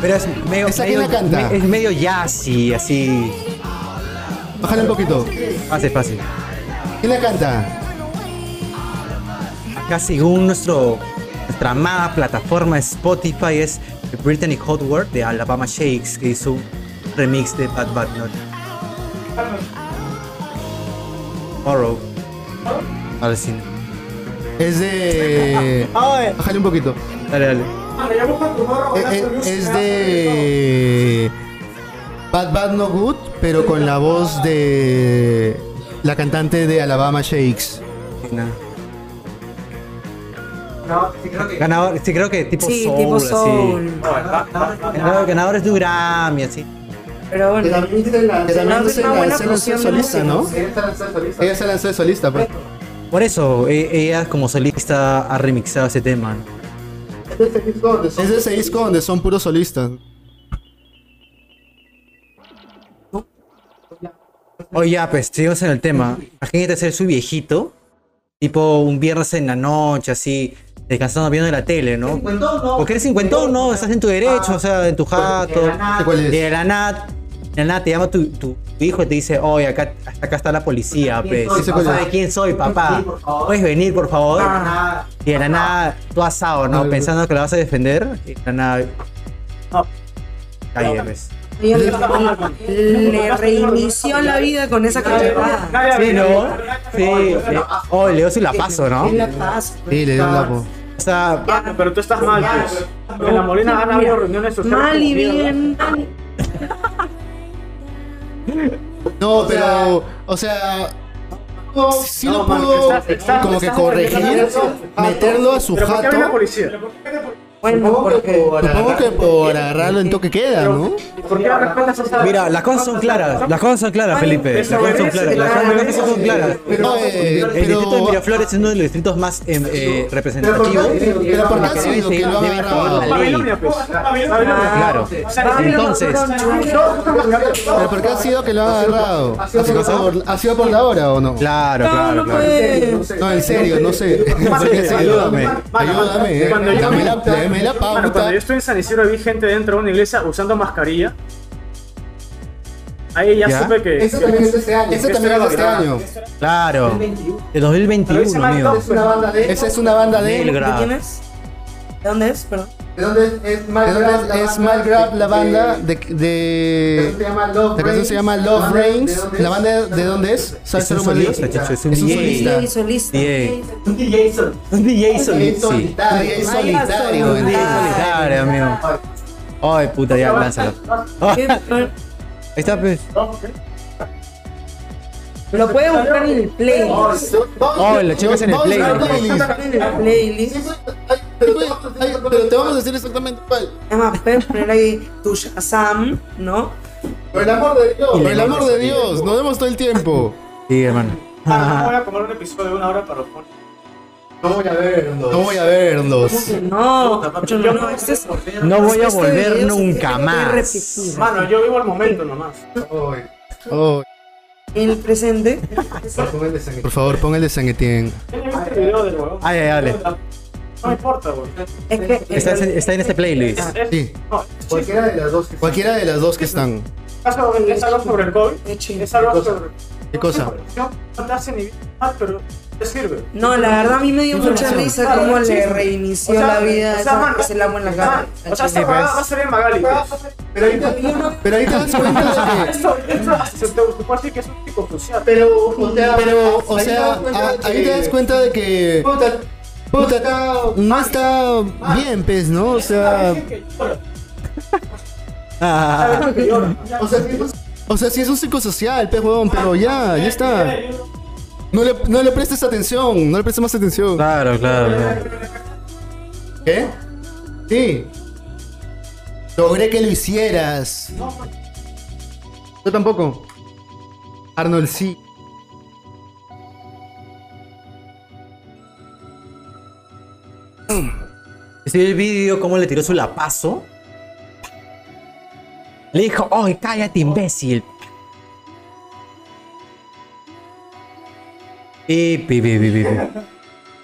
[SPEAKER 6] Pero es medio.
[SPEAKER 1] ¿Esa
[SPEAKER 6] medio-
[SPEAKER 1] quién la canta?
[SPEAKER 6] me- es medio jazzy, así.
[SPEAKER 1] Bájale un poquito.
[SPEAKER 6] Fácil, fácil.
[SPEAKER 1] ¿Quién la canta?
[SPEAKER 6] Acá, según nuestro, nuestra amada plataforma Spotify, es Brittany Hotword de Alabama Shakes, que hizo un remix de Bad Bad Not. Tomorrow. Ahora sí.
[SPEAKER 1] Es de. Bájale un poquito.
[SPEAKER 6] Dale, dale.
[SPEAKER 1] Eh, eh, Es de. Bad Bad No Good, pero con la voz de. La cantante de Alabama Shakes.
[SPEAKER 6] Nada. Ganador, sí, creo que tipo
[SPEAKER 4] Sí,
[SPEAKER 6] soul,
[SPEAKER 4] tipo
[SPEAKER 6] así.
[SPEAKER 4] soul.
[SPEAKER 6] Ganador- ganadores de un Grammy, así.
[SPEAKER 4] Pero
[SPEAKER 3] Que
[SPEAKER 4] bueno,
[SPEAKER 3] también
[SPEAKER 1] Que
[SPEAKER 3] se
[SPEAKER 1] también
[SPEAKER 4] No, es
[SPEAKER 1] se
[SPEAKER 4] una buena
[SPEAKER 1] se lanzó de
[SPEAKER 4] fusión de
[SPEAKER 1] solista, ¿no?
[SPEAKER 4] músicas.
[SPEAKER 1] Ella se lanzó de solista, pues.
[SPEAKER 6] Por eso, e- ella como solista ha remixado ese tema. ¿no?
[SPEAKER 1] Es de ese disco donde son puros solistas.
[SPEAKER 6] Oye, ya, pues, seguimos en el tema. Imagínate ser su viejito, tipo un viernes en la noche, así, descansando viendo la tele, ¿no? Porque eres cincuentón, ¿no? Estás en tu derecho, o sea, en tu jato.
[SPEAKER 1] ¿Sé cuál es?
[SPEAKER 6] Y de la nada, de la nada te llama tu, tu- tu hijo y te dice, oye, acá, acá está la policía, pues.
[SPEAKER 1] soy,
[SPEAKER 6] No
[SPEAKER 1] papá?
[SPEAKER 6] sabes quién soy, papá. ¿Puedes venir, por favor? Y de la nada, tú asado,
[SPEAKER 1] Ah,
[SPEAKER 6] ¿no?
[SPEAKER 1] no.
[SPEAKER 6] Pensando que la vas a defender. Y de la nada... Ahí, pues.
[SPEAKER 4] ella le, le reinició la vida con esa cachetada.
[SPEAKER 5] Nadie
[SPEAKER 6] Sí,
[SPEAKER 5] había-
[SPEAKER 6] ¿no? Sí. Oh, le doy su la paso, ¿no?
[SPEAKER 4] Es la paz.
[SPEAKER 1] Sí, le dio un lapo.
[SPEAKER 6] O sea,
[SPEAKER 5] Ah, pero tú estás mal, pues. Porque en la Molina han habido reuniones sociales.
[SPEAKER 4] Mal y
[SPEAKER 5] como mierda.
[SPEAKER 4] bien. mal y-
[SPEAKER 1] No,
[SPEAKER 3] O sea-
[SPEAKER 1] pero, o sea,
[SPEAKER 3] No,
[SPEAKER 1] sí
[SPEAKER 5] No,
[SPEAKER 1] lo
[SPEAKER 5] man,
[SPEAKER 1] puedo
[SPEAKER 5] estás- estás-
[SPEAKER 1] como que
[SPEAKER 5] estás
[SPEAKER 1] corregir,
[SPEAKER 5] defendiendo
[SPEAKER 3] a su
[SPEAKER 1] meterlo a su
[SPEAKER 5] ¿Pero por qué viene la
[SPEAKER 1] jato.
[SPEAKER 5] policía?
[SPEAKER 4] Bueno,
[SPEAKER 3] Supongo que
[SPEAKER 4] porque.
[SPEAKER 3] por
[SPEAKER 1] Supongo que
[SPEAKER 3] agarrar-
[SPEAKER 1] por agarrarlo en toque queda, ¿no?
[SPEAKER 5] ¿Por qué respetas esa
[SPEAKER 6] mira, las cosas son claras. Las cosas son claras, Felipe. Las cosas son claras. Las cosas, las cosas son claras.
[SPEAKER 1] No, eh,
[SPEAKER 6] El distrito de
[SPEAKER 1] pero,
[SPEAKER 6] Miraflores es uno de los distritos más em, eh, representativos.
[SPEAKER 1] pero eh, por qué ha
[SPEAKER 6] Debe
[SPEAKER 1] sido que
[SPEAKER 6] seguir-
[SPEAKER 1] lo ha
[SPEAKER 6] debe
[SPEAKER 1] agarrado.
[SPEAKER 6] seguir la ley.
[SPEAKER 5] Babilonia, pues.
[SPEAKER 6] Claro. Entonces,
[SPEAKER 1] Pero ¿por qué ha sido que lo ha agarrado? ¿Ha sido por la- ¿Ha sido por la hora o no?
[SPEAKER 6] claro, claro,
[SPEAKER 4] No, no
[SPEAKER 6] claro.
[SPEAKER 4] puede.
[SPEAKER 1] No, en serio, no sé. No sé qué ha sido.
[SPEAKER 6] Ayúdame.
[SPEAKER 1] Ayúdame, eh.
[SPEAKER 5] Cuando yo-
[SPEAKER 1] Dame la, dame la
[SPEAKER 5] Bueno,
[SPEAKER 1] pauta.
[SPEAKER 5] cuando yo estuve en San Isidro vi gente dentro de una iglesia usando mascarilla. Ahí ya,
[SPEAKER 6] ¿Ya?
[SPEAKER 5] supe que.
[SPEAKER 3] Eso también es este año.
[SPEAKER 1] Ese también es de este año.
[SPEAKER 6] Claro. El
[SPEAKER 5] Pero ese
[SPEAKER 6] 2021,
[SPEAKER 5] man
[SPEAKER 6] amigo.
[SPEAKER 5] top,
[SPEAKER 3] Es una banda de.
[SPEAKER 1] Esa es una banda de...
[SPEAKER 4] ¿De quién
[SPEAKER 6] Belgrado.
[SPEAKER 4] es? ¿De dónde es? Perdón.
[SPEAKER 3] ¿De dónde es? Es
[SPEAKER 1] ¿De
[SPEAKER 3] Malgrab
[SPEAKER 1] dónde
[SPEAKER 3] la
[SPEAKER 1] es? Es
[SPEAKER 3] banda
[SPEAKER 1] Malgrab,
[SPEAKER 3] de-
[SPEAKER 1] la banda de...
[SPEAKER 3] La canción se
[SPEAKER 1] de-
[SPEAKER 3] llama Love
[SPEAKER 1] La canción se llama Love Rains. ¿La banda de dónde es? ¿Sabes
[SPEAKER 6] Es un
[SPEAKER 1] cómo es?
[SPEAKER 6] solista, chacho. Es un
[SPEAKER 1] Es un
[SPEAKER 6] DJ.
[SPEAKER 1] solista.
[SPEAKER 4] DJ solista.
[SPEAKER 6] DJ.
[SPEAKER 3] Un DJ sol-
[SPEAKER 6] Un DJ
[SPEAKER 3] DJ
[SPEAKER 6] solista. Sí.
[SPEAKER 3] solitario.
[SPEAKER 1] DJ
[SPEAKER 3] Ay,
[SPEAKER 1] solitario.
[SPEAKER 6] Un DJ solitario, amigo. Ay, puta, ya, lánzalo. Ahí
[SPEAKER 4] ¿Qué? Pero-
[SPEAKER 6] está, pues.
[SPEAKER 4] Lo puedes buscar en el playlist.
[SPEAKER 6] Oh, lo checas en el
[SPEAKER 1] Vamos a ver
[SPEAKER 6] playlist.
[SPEAKER 1] playlist.
[SPEAKER 4] En el playlist.
[SPEAKER 1] Ay, pero, ay, pero te vamos a decir exactamente cuál.
[SPEAKER 4] Es más, puedes poner ahí tu Shazam, ¿no?
[SPEAKER 3] Por el amor de Dios.
[SPEAKER 1] Por el amor de Dios, nos vemos todo el tiempo.
[SPEAKER 6] Sí, hermano.
[SPEAKER 5] Ah, voy a comer un episodio de una hora para los poner.
[SPEAKER 3] No voy a ver.
[SPEAKER 1] No voy a verlos.
[SPEAKER 4] ¿Cómo que no? Yo no, no, este es.
[SPEAKER 6] No voy a
[SPEAKER 4] este
[SPEAKER 6] volver
[SPEAKER 4] video se
[SPEAKER 6] nunca
[SPEAKER 4] tiene que
[SPEAKER 6] más.
[SPEAKER 4] repetir.
[SPEAKER 5] Mano, yo vivo el momento nomás.
[SPEAKER 1] Oh,
[SPEAKER 4] En el presente.
[SPEAKER 1] por favor, pon el de San Etienne.
[SPEAKER 5] ¿Quién ha visto el video del huevón?
[SPEAKER 6] Ay, ay, dale.
[SPEAKER 5] No me importa, güey.
[SPEAKER 4] Es que. en
[SPEAKER 6] Está,
[SPEAKER 4] realidad-
[SPEAKER 6] en- está en este playlist.
[SPEAKER 5] Es- es-
[SPEAKER 1] Sí.
[SPEAKER 5] No, es chiste.
[SPEAKER 3] Cualquiera de las dos que están.
[SPEAKER 1] Cualquiera de las dos que están.
[SPEAKER 5] Caso- es algo sobre el COVID.
[SPEAKER 4] Qué chido.
[SPEAKER 5] Es algo
[SPEAKER 3] ¿Qué cosa?
[SPEAKER 5] sobre.
[SPEAKER 1] ¿Qué cosa?
[SPEAKER 5] No te hace ni mal, pero te sirve.
[SPEAKER 4] No, la verdad a mí me dio mucha risa
[SPEAKER 5] Claro,
[SPEAKER 4] cómo
[SPEAKER 5] sí.
[SPEAKER 4] le reinició
[SPEAKER 5] O sea,
[SPEAKER 4] la vida
[SPEAKER 5] o
[SPEAKER 4] a
[SPEAKER 5] sea,
[SPEAKER 4] esa
[SPEAKER 5] man,
[SPEAKER 4] que se la en la cara.
[SPEAKER 5] O sea, esta
[SPEAKER 6] Sí,
[SPEAKER 5] huevada
[SPEAKER 6] pues.
[SPEAKER 5] va a salir en Magali. pues.
[SPEAKER 3] Pero ahí te-
[SPEAKER 1] Pero ahí te das cuenta de que.
[SPEAKER 5] Esto, esto, ah, se te te puede decir que es un tipo crucial.
[SPEAKER 3] Pero, o sea.
[SPEAKER 1] Pero, o
[SPEAKER 3] ahí te
[SPEAKER 1] sea,
[SPEAKER 3] das cuenta
[SPEAKER 1] a-
[SPEAKER 3] de
[SPEAKER 1] ahí te das cuenta de que.
[SPEAKER 3] Puta.
[SPEAKER 1] Puta, no está bien, pues, ¿no? O sea.
[SPEAKER 6] Ah,
[SPEAKER 3] O sea, sí, pues,
[SPEAKER 1] O sea, sí es un psicosocial, pues, huevón, pero ya, ya está. No le, no le prestes atención, no le prestes más atención.
[SPEAKER 6] claro, claro, claro.
[SPEAKER 1] ¿Qué? Sí. Logré que lo hicieras. Yo tampoco. Arnold sí.
[SPEAKER 6] Sí, Este el vídeo cómo le tiró su lapazo. Le dijo, ¡ay, cállate, imbécil! Y pi, pi, pi, pi, pi.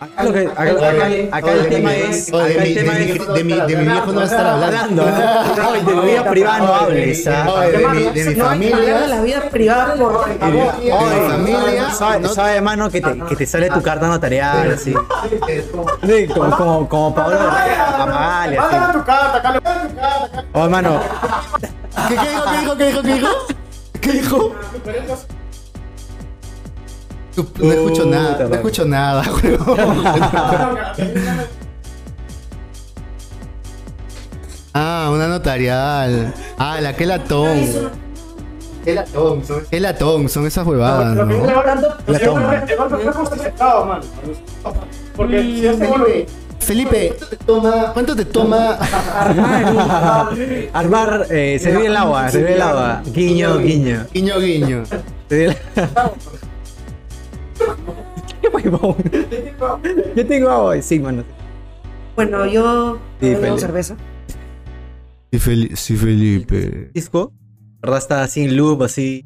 [SPEAKER 6] Acá, lo que- acá- acá- acá el tema es.
[SPEAKER 1] Oye,
[SPEAKER 6] Acá
[SPEAKER 1] de,
[SPEAKER 6] el
[SPEAKER 1] mi, de,
[SPEAKER 6] tema
[SPEAKER 1] mi,
[SPEAKER 6] es.
[SPEAKER 1] de mi- de mi viejo no va a estar hablando.
[SPEAKER 6] Hablando, ¿no? Y de tu vida privada no hables, ¿ah?
[SPEAKER 1] Oye, de mi, de mi
[SPEAKER 4] No hay que hablar de la
[SPEAKER 1] familia.
[SPEAKER 4] vida privada por
[SPEAKER 1] de mi-
[SPEAKER 4] favor.
[SPEAKER 1] de mi familia.
[SPEAKER 6] Sabe,
[SPEAKER 1] no-
[SPEAKER 6] sabe, mano, que te, que te sale tu carta notarial, así. Sí, como, como, como Paolo Amagali,
[SPEAKER 5] Mándame
[SPEAKER 6] así.
[SPEAKER 5] tu carta, Carlos.
[SPEAKER 6] Oh, hermano,
[SPEAKER 1] ¿Qué, qué dijo? ¿Qué dijo? ¿Qué dijo? ¿Qué dijo? ¿Qué dijo? No, no escucho
[SPEAKER 6] Puta
[SPEAKER 1] nada, no
[SPEAKER 6] madre.
[SPEAKER 1] escucho nada, huevón. Ah, una notarial. Ah, la que latón.
[SPEAKER 3] el atón, ¿sabes?
[SPEAKER 1] Qué latón, son esas huevadas,
[SPEAKER 5] Lo
[SPEAKER 1] Ah,
[SPEAKER 5] que
[SPEAKER 1] ¿no?
[SPEAKER 5] es ahora,
[SPEAKER 6] La
[SPEAKER 5] el
[SPEAKER 6] toma.
[SPEAKER 5] golpe- el golpe fue justificado, man. Porque si este golpe.
[SPEAKER 1] Felipe,
[SPEAKER 3] Te toma.
[SPEAKER 1] ¿cuánto te toma?
[SPEAKER 6] Armar, eh, servir el agua, servir el agua. Guiño, guiño.
[SPEAKER 1] Guiño, guiño.
[SPEAKER 6] Servir el ¿Qué huevón? Yo tengo agua. Sí, mano.
[SPEAKER 4] Bueno, yo
[SPEAKER 6] Sí,
[SPEAKER 4] tengo
[SPEAKER 6] Felipe.
[SPEAKER 4] cerveza.
[SPEAKER 1] Sí, Feli- sí, Felipe.
[SPEAKER 6] Disco, ¿verdad? Está así en loop, así.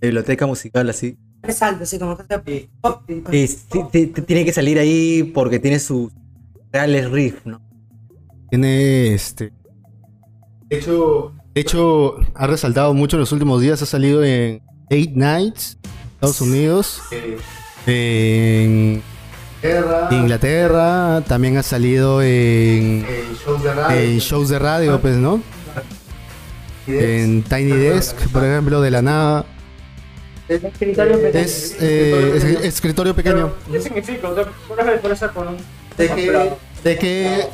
[SPEAKER 6] Biblioteca musical, así.
[SPEAKER 4] Resalto, así como que pop.
[SPEAKER 6] Y sí, te- te tiene que salir ahí porque tiene sus reales riff, ¿no?
[SPEAKER 1] Tiene este.
[SPEAKER 3] De hecho,
[SPEAKER 1] De hecho, ha resaltado mucho en los últimos días. Ha salido en Eight Nights, Estados Unidos.
[SPEAKER 3] eh,
[SPEAKER 1] En
[SPEAKER 3] guerra.
[SPEAKER 1] Inglaterra. También ha salido en,
[SPEAKER 3] eh, shows de radio.
[SPEAKER 1] en shows de radio, pues, ¿no? En Tiny Desk, por ejemplo, de la nada.
[SPEAKER 3] Es
[SPEAKER 4] escritorio pequeño.
[SPEAKER 1] Es eh, es- escritorio pequeño.
[SPEAKER 5] ¿Qué significa? O sea, ¿por qué- por esa con un.
[SPEAKER 3] De que
[SPEAKER 1] De que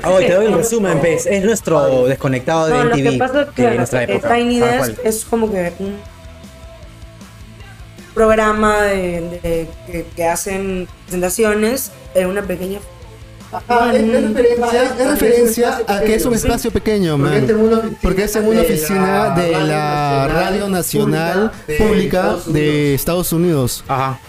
[SPEAKER 6] Ah, oye, te doy un resumen, pues. Es nuestro desconectado de
[SPEAKER 4] No, lo que
[SPEAKER 6] MTV
[SPEAKER 4] pasa es
[SPEAKER 6] de
[SPEAKER 4] que
[SPEAKER 6] nuestra
[SPEAKER 4] eh,
[SPEAKER 6] época.
[SPEAKER 4] Tiny
[SPEAKER 6] Tal
[SPEAKER 4] Desk
[SPEAKER 6] cual.
[SPEAKER 4] es como que un programa de, de- que, que hacen presentaciones en una pequeña
[SPEAKER 3] Ajá, es, es referencia,
[SPEAKER 1] Ah, es referencia a que es un espacio pequeño,
[SPEAKER 3] Porque
[SPEAKER 1] man.
[SPEAKER 3] es en una oficina,
[SPEAKER 1] Porque es en una oficina de la Radio Nacional Pública
[SPEAKER 3] Estados Unidos.
[SPEAKER 1] de Estados Unidos.
[SPEAKER 6] Ajá.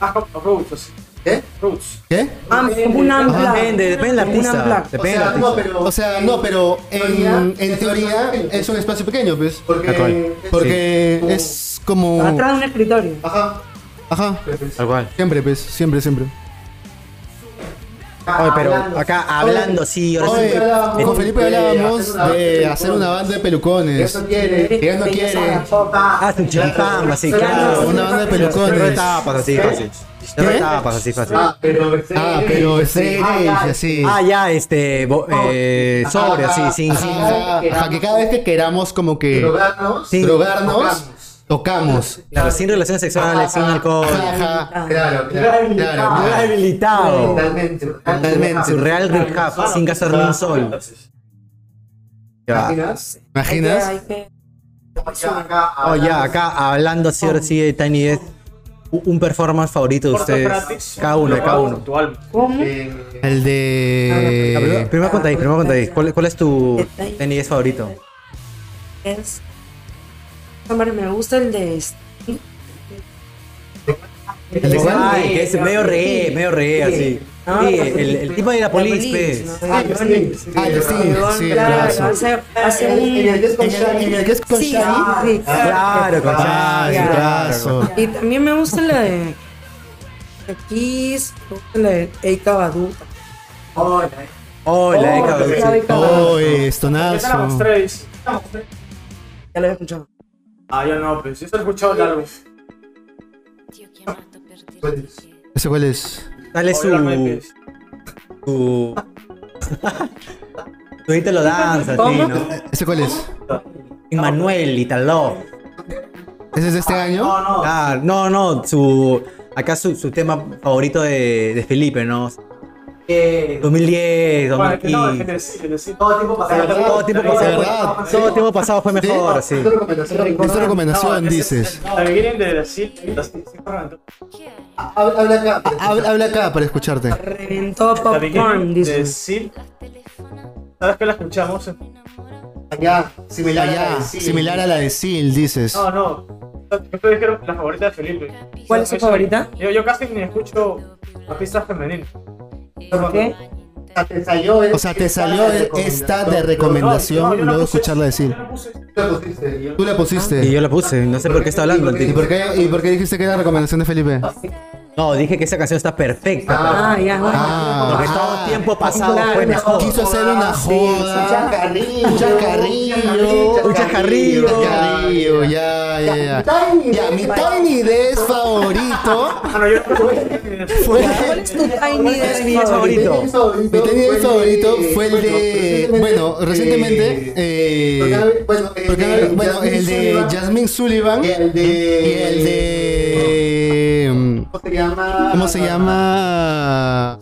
[SPEAKER 5] Ah, como Roots.
[SPEAKER 3] ¿Eh?
[SPEAKER 5] Roots.
[SPEAKER 1] ¿Qué?
[SPEAKER 4] am- como un ampla.
[SPEAKER 6] Depende, depende del
[SPEAKER 4] como un
[SPEAKER 6] artista.
[SPEAKER 4] ampla.
[SPEAKER 3] O
[SPEAKER 6] Depende
[SPEAKER 3] sea,
[SPEAKER 6] del
[SPEAKER 3] no,
[SPEAKER 6] artista.
[SPEAKER 3] pero,
[SPEAKER 1] O sea, no, pero en, en teoría es un espacio pequeño, pues.
[SPEAKER 3] Porque,
[SPEAKER 6] Tal cual.
[SPEAKER 3] es-
[SPEAKER 1] Porque es como...
[SPEAKER 4] Atrás de un escritorio.
[SPEAKER 3] Ajá.
[SPEAKER 1] Ajá.
[SPEAKER 6] Tal cual.
[SPEAKER 1] Siempre, pues. Siempre, siempre.
[SPEAKER 6] Oye, pero acá hablando, sí, ahora sí.
[SPEAKER 1] Oye, con Felipe hablábamos de hacer una banda de pelucones.
[SPEAKER 3] Eso quiere.
[SPEAKER 1] Ella no quiere.
[SPEAKER 6] Ah, tu chimpamba, sí,
[SPEAKER 3] Claro,
[SPEAKER 6] claro.
[SPEAKER 1] una banda de pelucones.
[SPEAKER 6] Cerró etapas, así, fácil. Cerró
[SPEAKER 1] ¿Qué?
[SPEAKER 6] etapas, así, fácil.
[SPEAKER 3] Ah, pero
[SPEAKER 1] Ah, pero series, así.
[SPEAKER 6] Ah, ya, este, bo- eh, sobre, así, sin, sin.
[SPEAKER 1] Ajá, ajá, que cada vez que queramos como que
[SPEAKER 3] Drogarnos.
[SPEAKER 6] Sí.
[SPEAKER 1] Ah, drogarnos, tocamos.
[SPEAKER 6] Claro, sin relaciones sexuales, sin alcohol.
[SPEAKER 1] Ajá, ajá.
[SPEAKER 3] Claro, claro.
[SPEAKER 1] Claro,
[SPEAKER 6] Ah,
[SPEAKER 1] claro.
[SPEAKER 6] habilitado.
[SPEAKER 3] Totalmente.
[SPEAKER 1] Totalmente.
[SPEAKER 6] Surreal recap, sin gastar ni un sol. Ya.
[SPEAKER 3] ¿Imaginas?
[SPEAKER 1] ¿Imaginas?
[SPEAKER 4] Hay que-
[SPEAKER 6] Oh, ya, acá hablando así, ahora sí de Tiny Death, u- un performance favorito de ustedes. Cada uno, de cada uno.
[SPEAKER 5] Tu álbum.
[SPEAKER 4] ¿Cómo?
[SPEAKER 3] eh,
[SPEAKER 1] El
[SPEAKER 6] Ya, Primero
[SPEAKER 1] de.
[SPEAKER 6] Eh, primero cuenta ahí, primero cuenta ahí. ¿Cuál, cuál es tu
[SPEAKER 4] Detalle.
[SPEAKER 6] Tiny Death favorito?
[SPEAKER 4] es. Hombre, me gusta el de.
[SPEAKER 1] ¿El de cuál?
[SPEAKER 6] Ay, que es medio re, medio re, así.
[SPEAKER 4] Ah,
[SPEAKER 6] Sí, el, el tipo de la police, pues.
[SPEAKER 4] ¿no?
[SPEAKER 1] Ah, el de Sting, sí,
[SPEAKER 4] Claro,
[SPEAKER 1] brazo.
[SPEAKER 4] hace, hace
[SPEAKER 6] Ah,
[SPEAKER 4] un.
[SPEAKER 3] En el que es con
[SPEAKER 1] En el- en el que es con
[SPEAKER 4] Sí,
[SPEAKER 1] Shaggy.
[SPEAKER 4] sí,
[SPEAKER 6] Claro, con
[SPEAKER 1] Ah,
[SPEAKER 6] Shaggy,
[SPEAKER 1] el
[SPEAKER 6] claro.
[SPEAKER 1] brazo.
[SPEAKER 4] Y también me gusta la de. de Kiss, me gusta la de Eika Badu.
[SPEAKER 6] Hola, de cabeza.
[SPEAKER 1] Oh,
[SPEAKER 6] Ah,
[SPEAKER 5] ¿Qué tal los
[SPEAKER 1] estonazo.
[SPEAKER 5] tres?
[SPEAKER 4] Ya lo he escuchado.
[SPEAKER 5] Ah, yo no, pues. Yo solo he escuchado el álbum.
[SPEAKER 1] ¿Ese cuál es?
[SPEAKER 6] Dale su.
[SPEAKER 5] Obviamente.
[SPEAKER 6] Tu. Tu hito lo danza, sí,
[SPEAKER 4] ¿Cómo?
[SPEAKER 6] ¿no?
[SPEAKER 1] ¿Ese cuál es?
[SPEAKER 6] Immanuel, Italo.
[SPEAKER 1] ¿Ese es de este año?
[SPEAKER 5] No, no.
[SPEAKER 6] Ah, no, no, su. Acá su, su tema favorito de, de Felipe, ¿no? 2010,
[SPEAKER 5] Bueno, es que no, es que
[SPEAKER 6] 2015.
[SPEAKER 5] decir, es decir.
[SPEAKER 3] Todo tipo pasado.
[SPEAKER 6] Todo tiempo pasado,
[SPEAKER 1] ¿Verdad?
[SPEAKER 6] todo tiempo pasado fue mejor, sí.
[SPEAKER 1] Es tu recomendación,
[SPEAKER 5] No, ese es
[SPEAKER 1] dices.
[SPEAKER 5] el- La beginning de Brasil. las- La
[SPEAKER 3] Habla acá.
[SPEAKER 1] Habla, habla acá para escucharte.
[SPEAKER 4] Reventó Popcorn,
[SPEAKER 5] beginning de
[SPEAKER 4] dice.
[SPEAKER 5] Brasil. ¿Sabes qué la escuchamos?
[SPEAKER 3] Allá. Similar
[SPEAKER 1] Allá,
[SPEAKER 3] allá.
[SPEAKER 1] similar a la de Seal, dices.
[SPEAKER 5] No, no. Ustedes dijeron la favorita de Felipe.
[SPEAKER 4] ¿Cuál es su favorita?
[SPEAKER 5] Yo, yo casi ni escucho a pistas femeninas.
[SPEAKER 4] ¿Por qué?
[SPEAKER 3] Te salió. eh.
[SPEAKER 1] O sea, te salió esta de
[SPEAKER 5] No, no,
[SPEAKER 1] recomendación
[SPEAKER 5] yo no
[SPEAKER 1] luego
[SPEAKER 5] puse-
[SPEAKER 1] escucharla de Seal.
[SPEAKER 5] yo no puse-
[SPEAKER 1] Tú la
[SPEAKER 6] Y
[SPEAKER 1] pusiste.
[SPEAKER 6] yo la puse, no sé por qué está hablando el
[SPEAKER 1] ¿Y
[SPEAKER 6] tipo.
[SPEAKER 1] por qué, y por qué dijiste que era recomendación de Felipe?
[SPEAKER 6] No, dije que esa canción está perfecta.
[SPEAKER 4] Ah, ya, bueno.
[SPEAKER 1] Ah,
[SPEAKER 6] Porque todo tiempo pasado fue mejor.
[SPEAKER 1] Quiso hacer una joda. Un chacarrillo.
[SPEAKER 6] Un chacarrillo.
[SPEAKER 1] Un chacarrillo, ya, ya, ya.
[SPEAKER 3] ¿eh?
[SPEAKER 1] Ya, mi Tiny Desk favorito
[SPEAKER 5] Ah, no, yo no puse-
[SPEAKER 1] fue.
[SPEAKER 4] ¿Cuál es tu Tiny Desk
[SPEAKER 6] Mi Desk
[SPEAKER 4] favorito?
[SPEAKER 6] favorito.
[SPEAKER 1] Mi Tiny Desk favorito fue el de. Bueno, recientemente. eh,
[SPEAKER 3] Bueno, el
[SPEAKER 1] porque,
[SPEAKER 3] de.
[SPEAKER 1] bueno, el de Jasmine Sullivan.
[SPEAKER 3] Y el de-
[SPEAKER 1] Y el de. mm,
[SPEAKER 3] ¿Cómo se llama?
[SPEAKER 1] ¿Cómo se llama?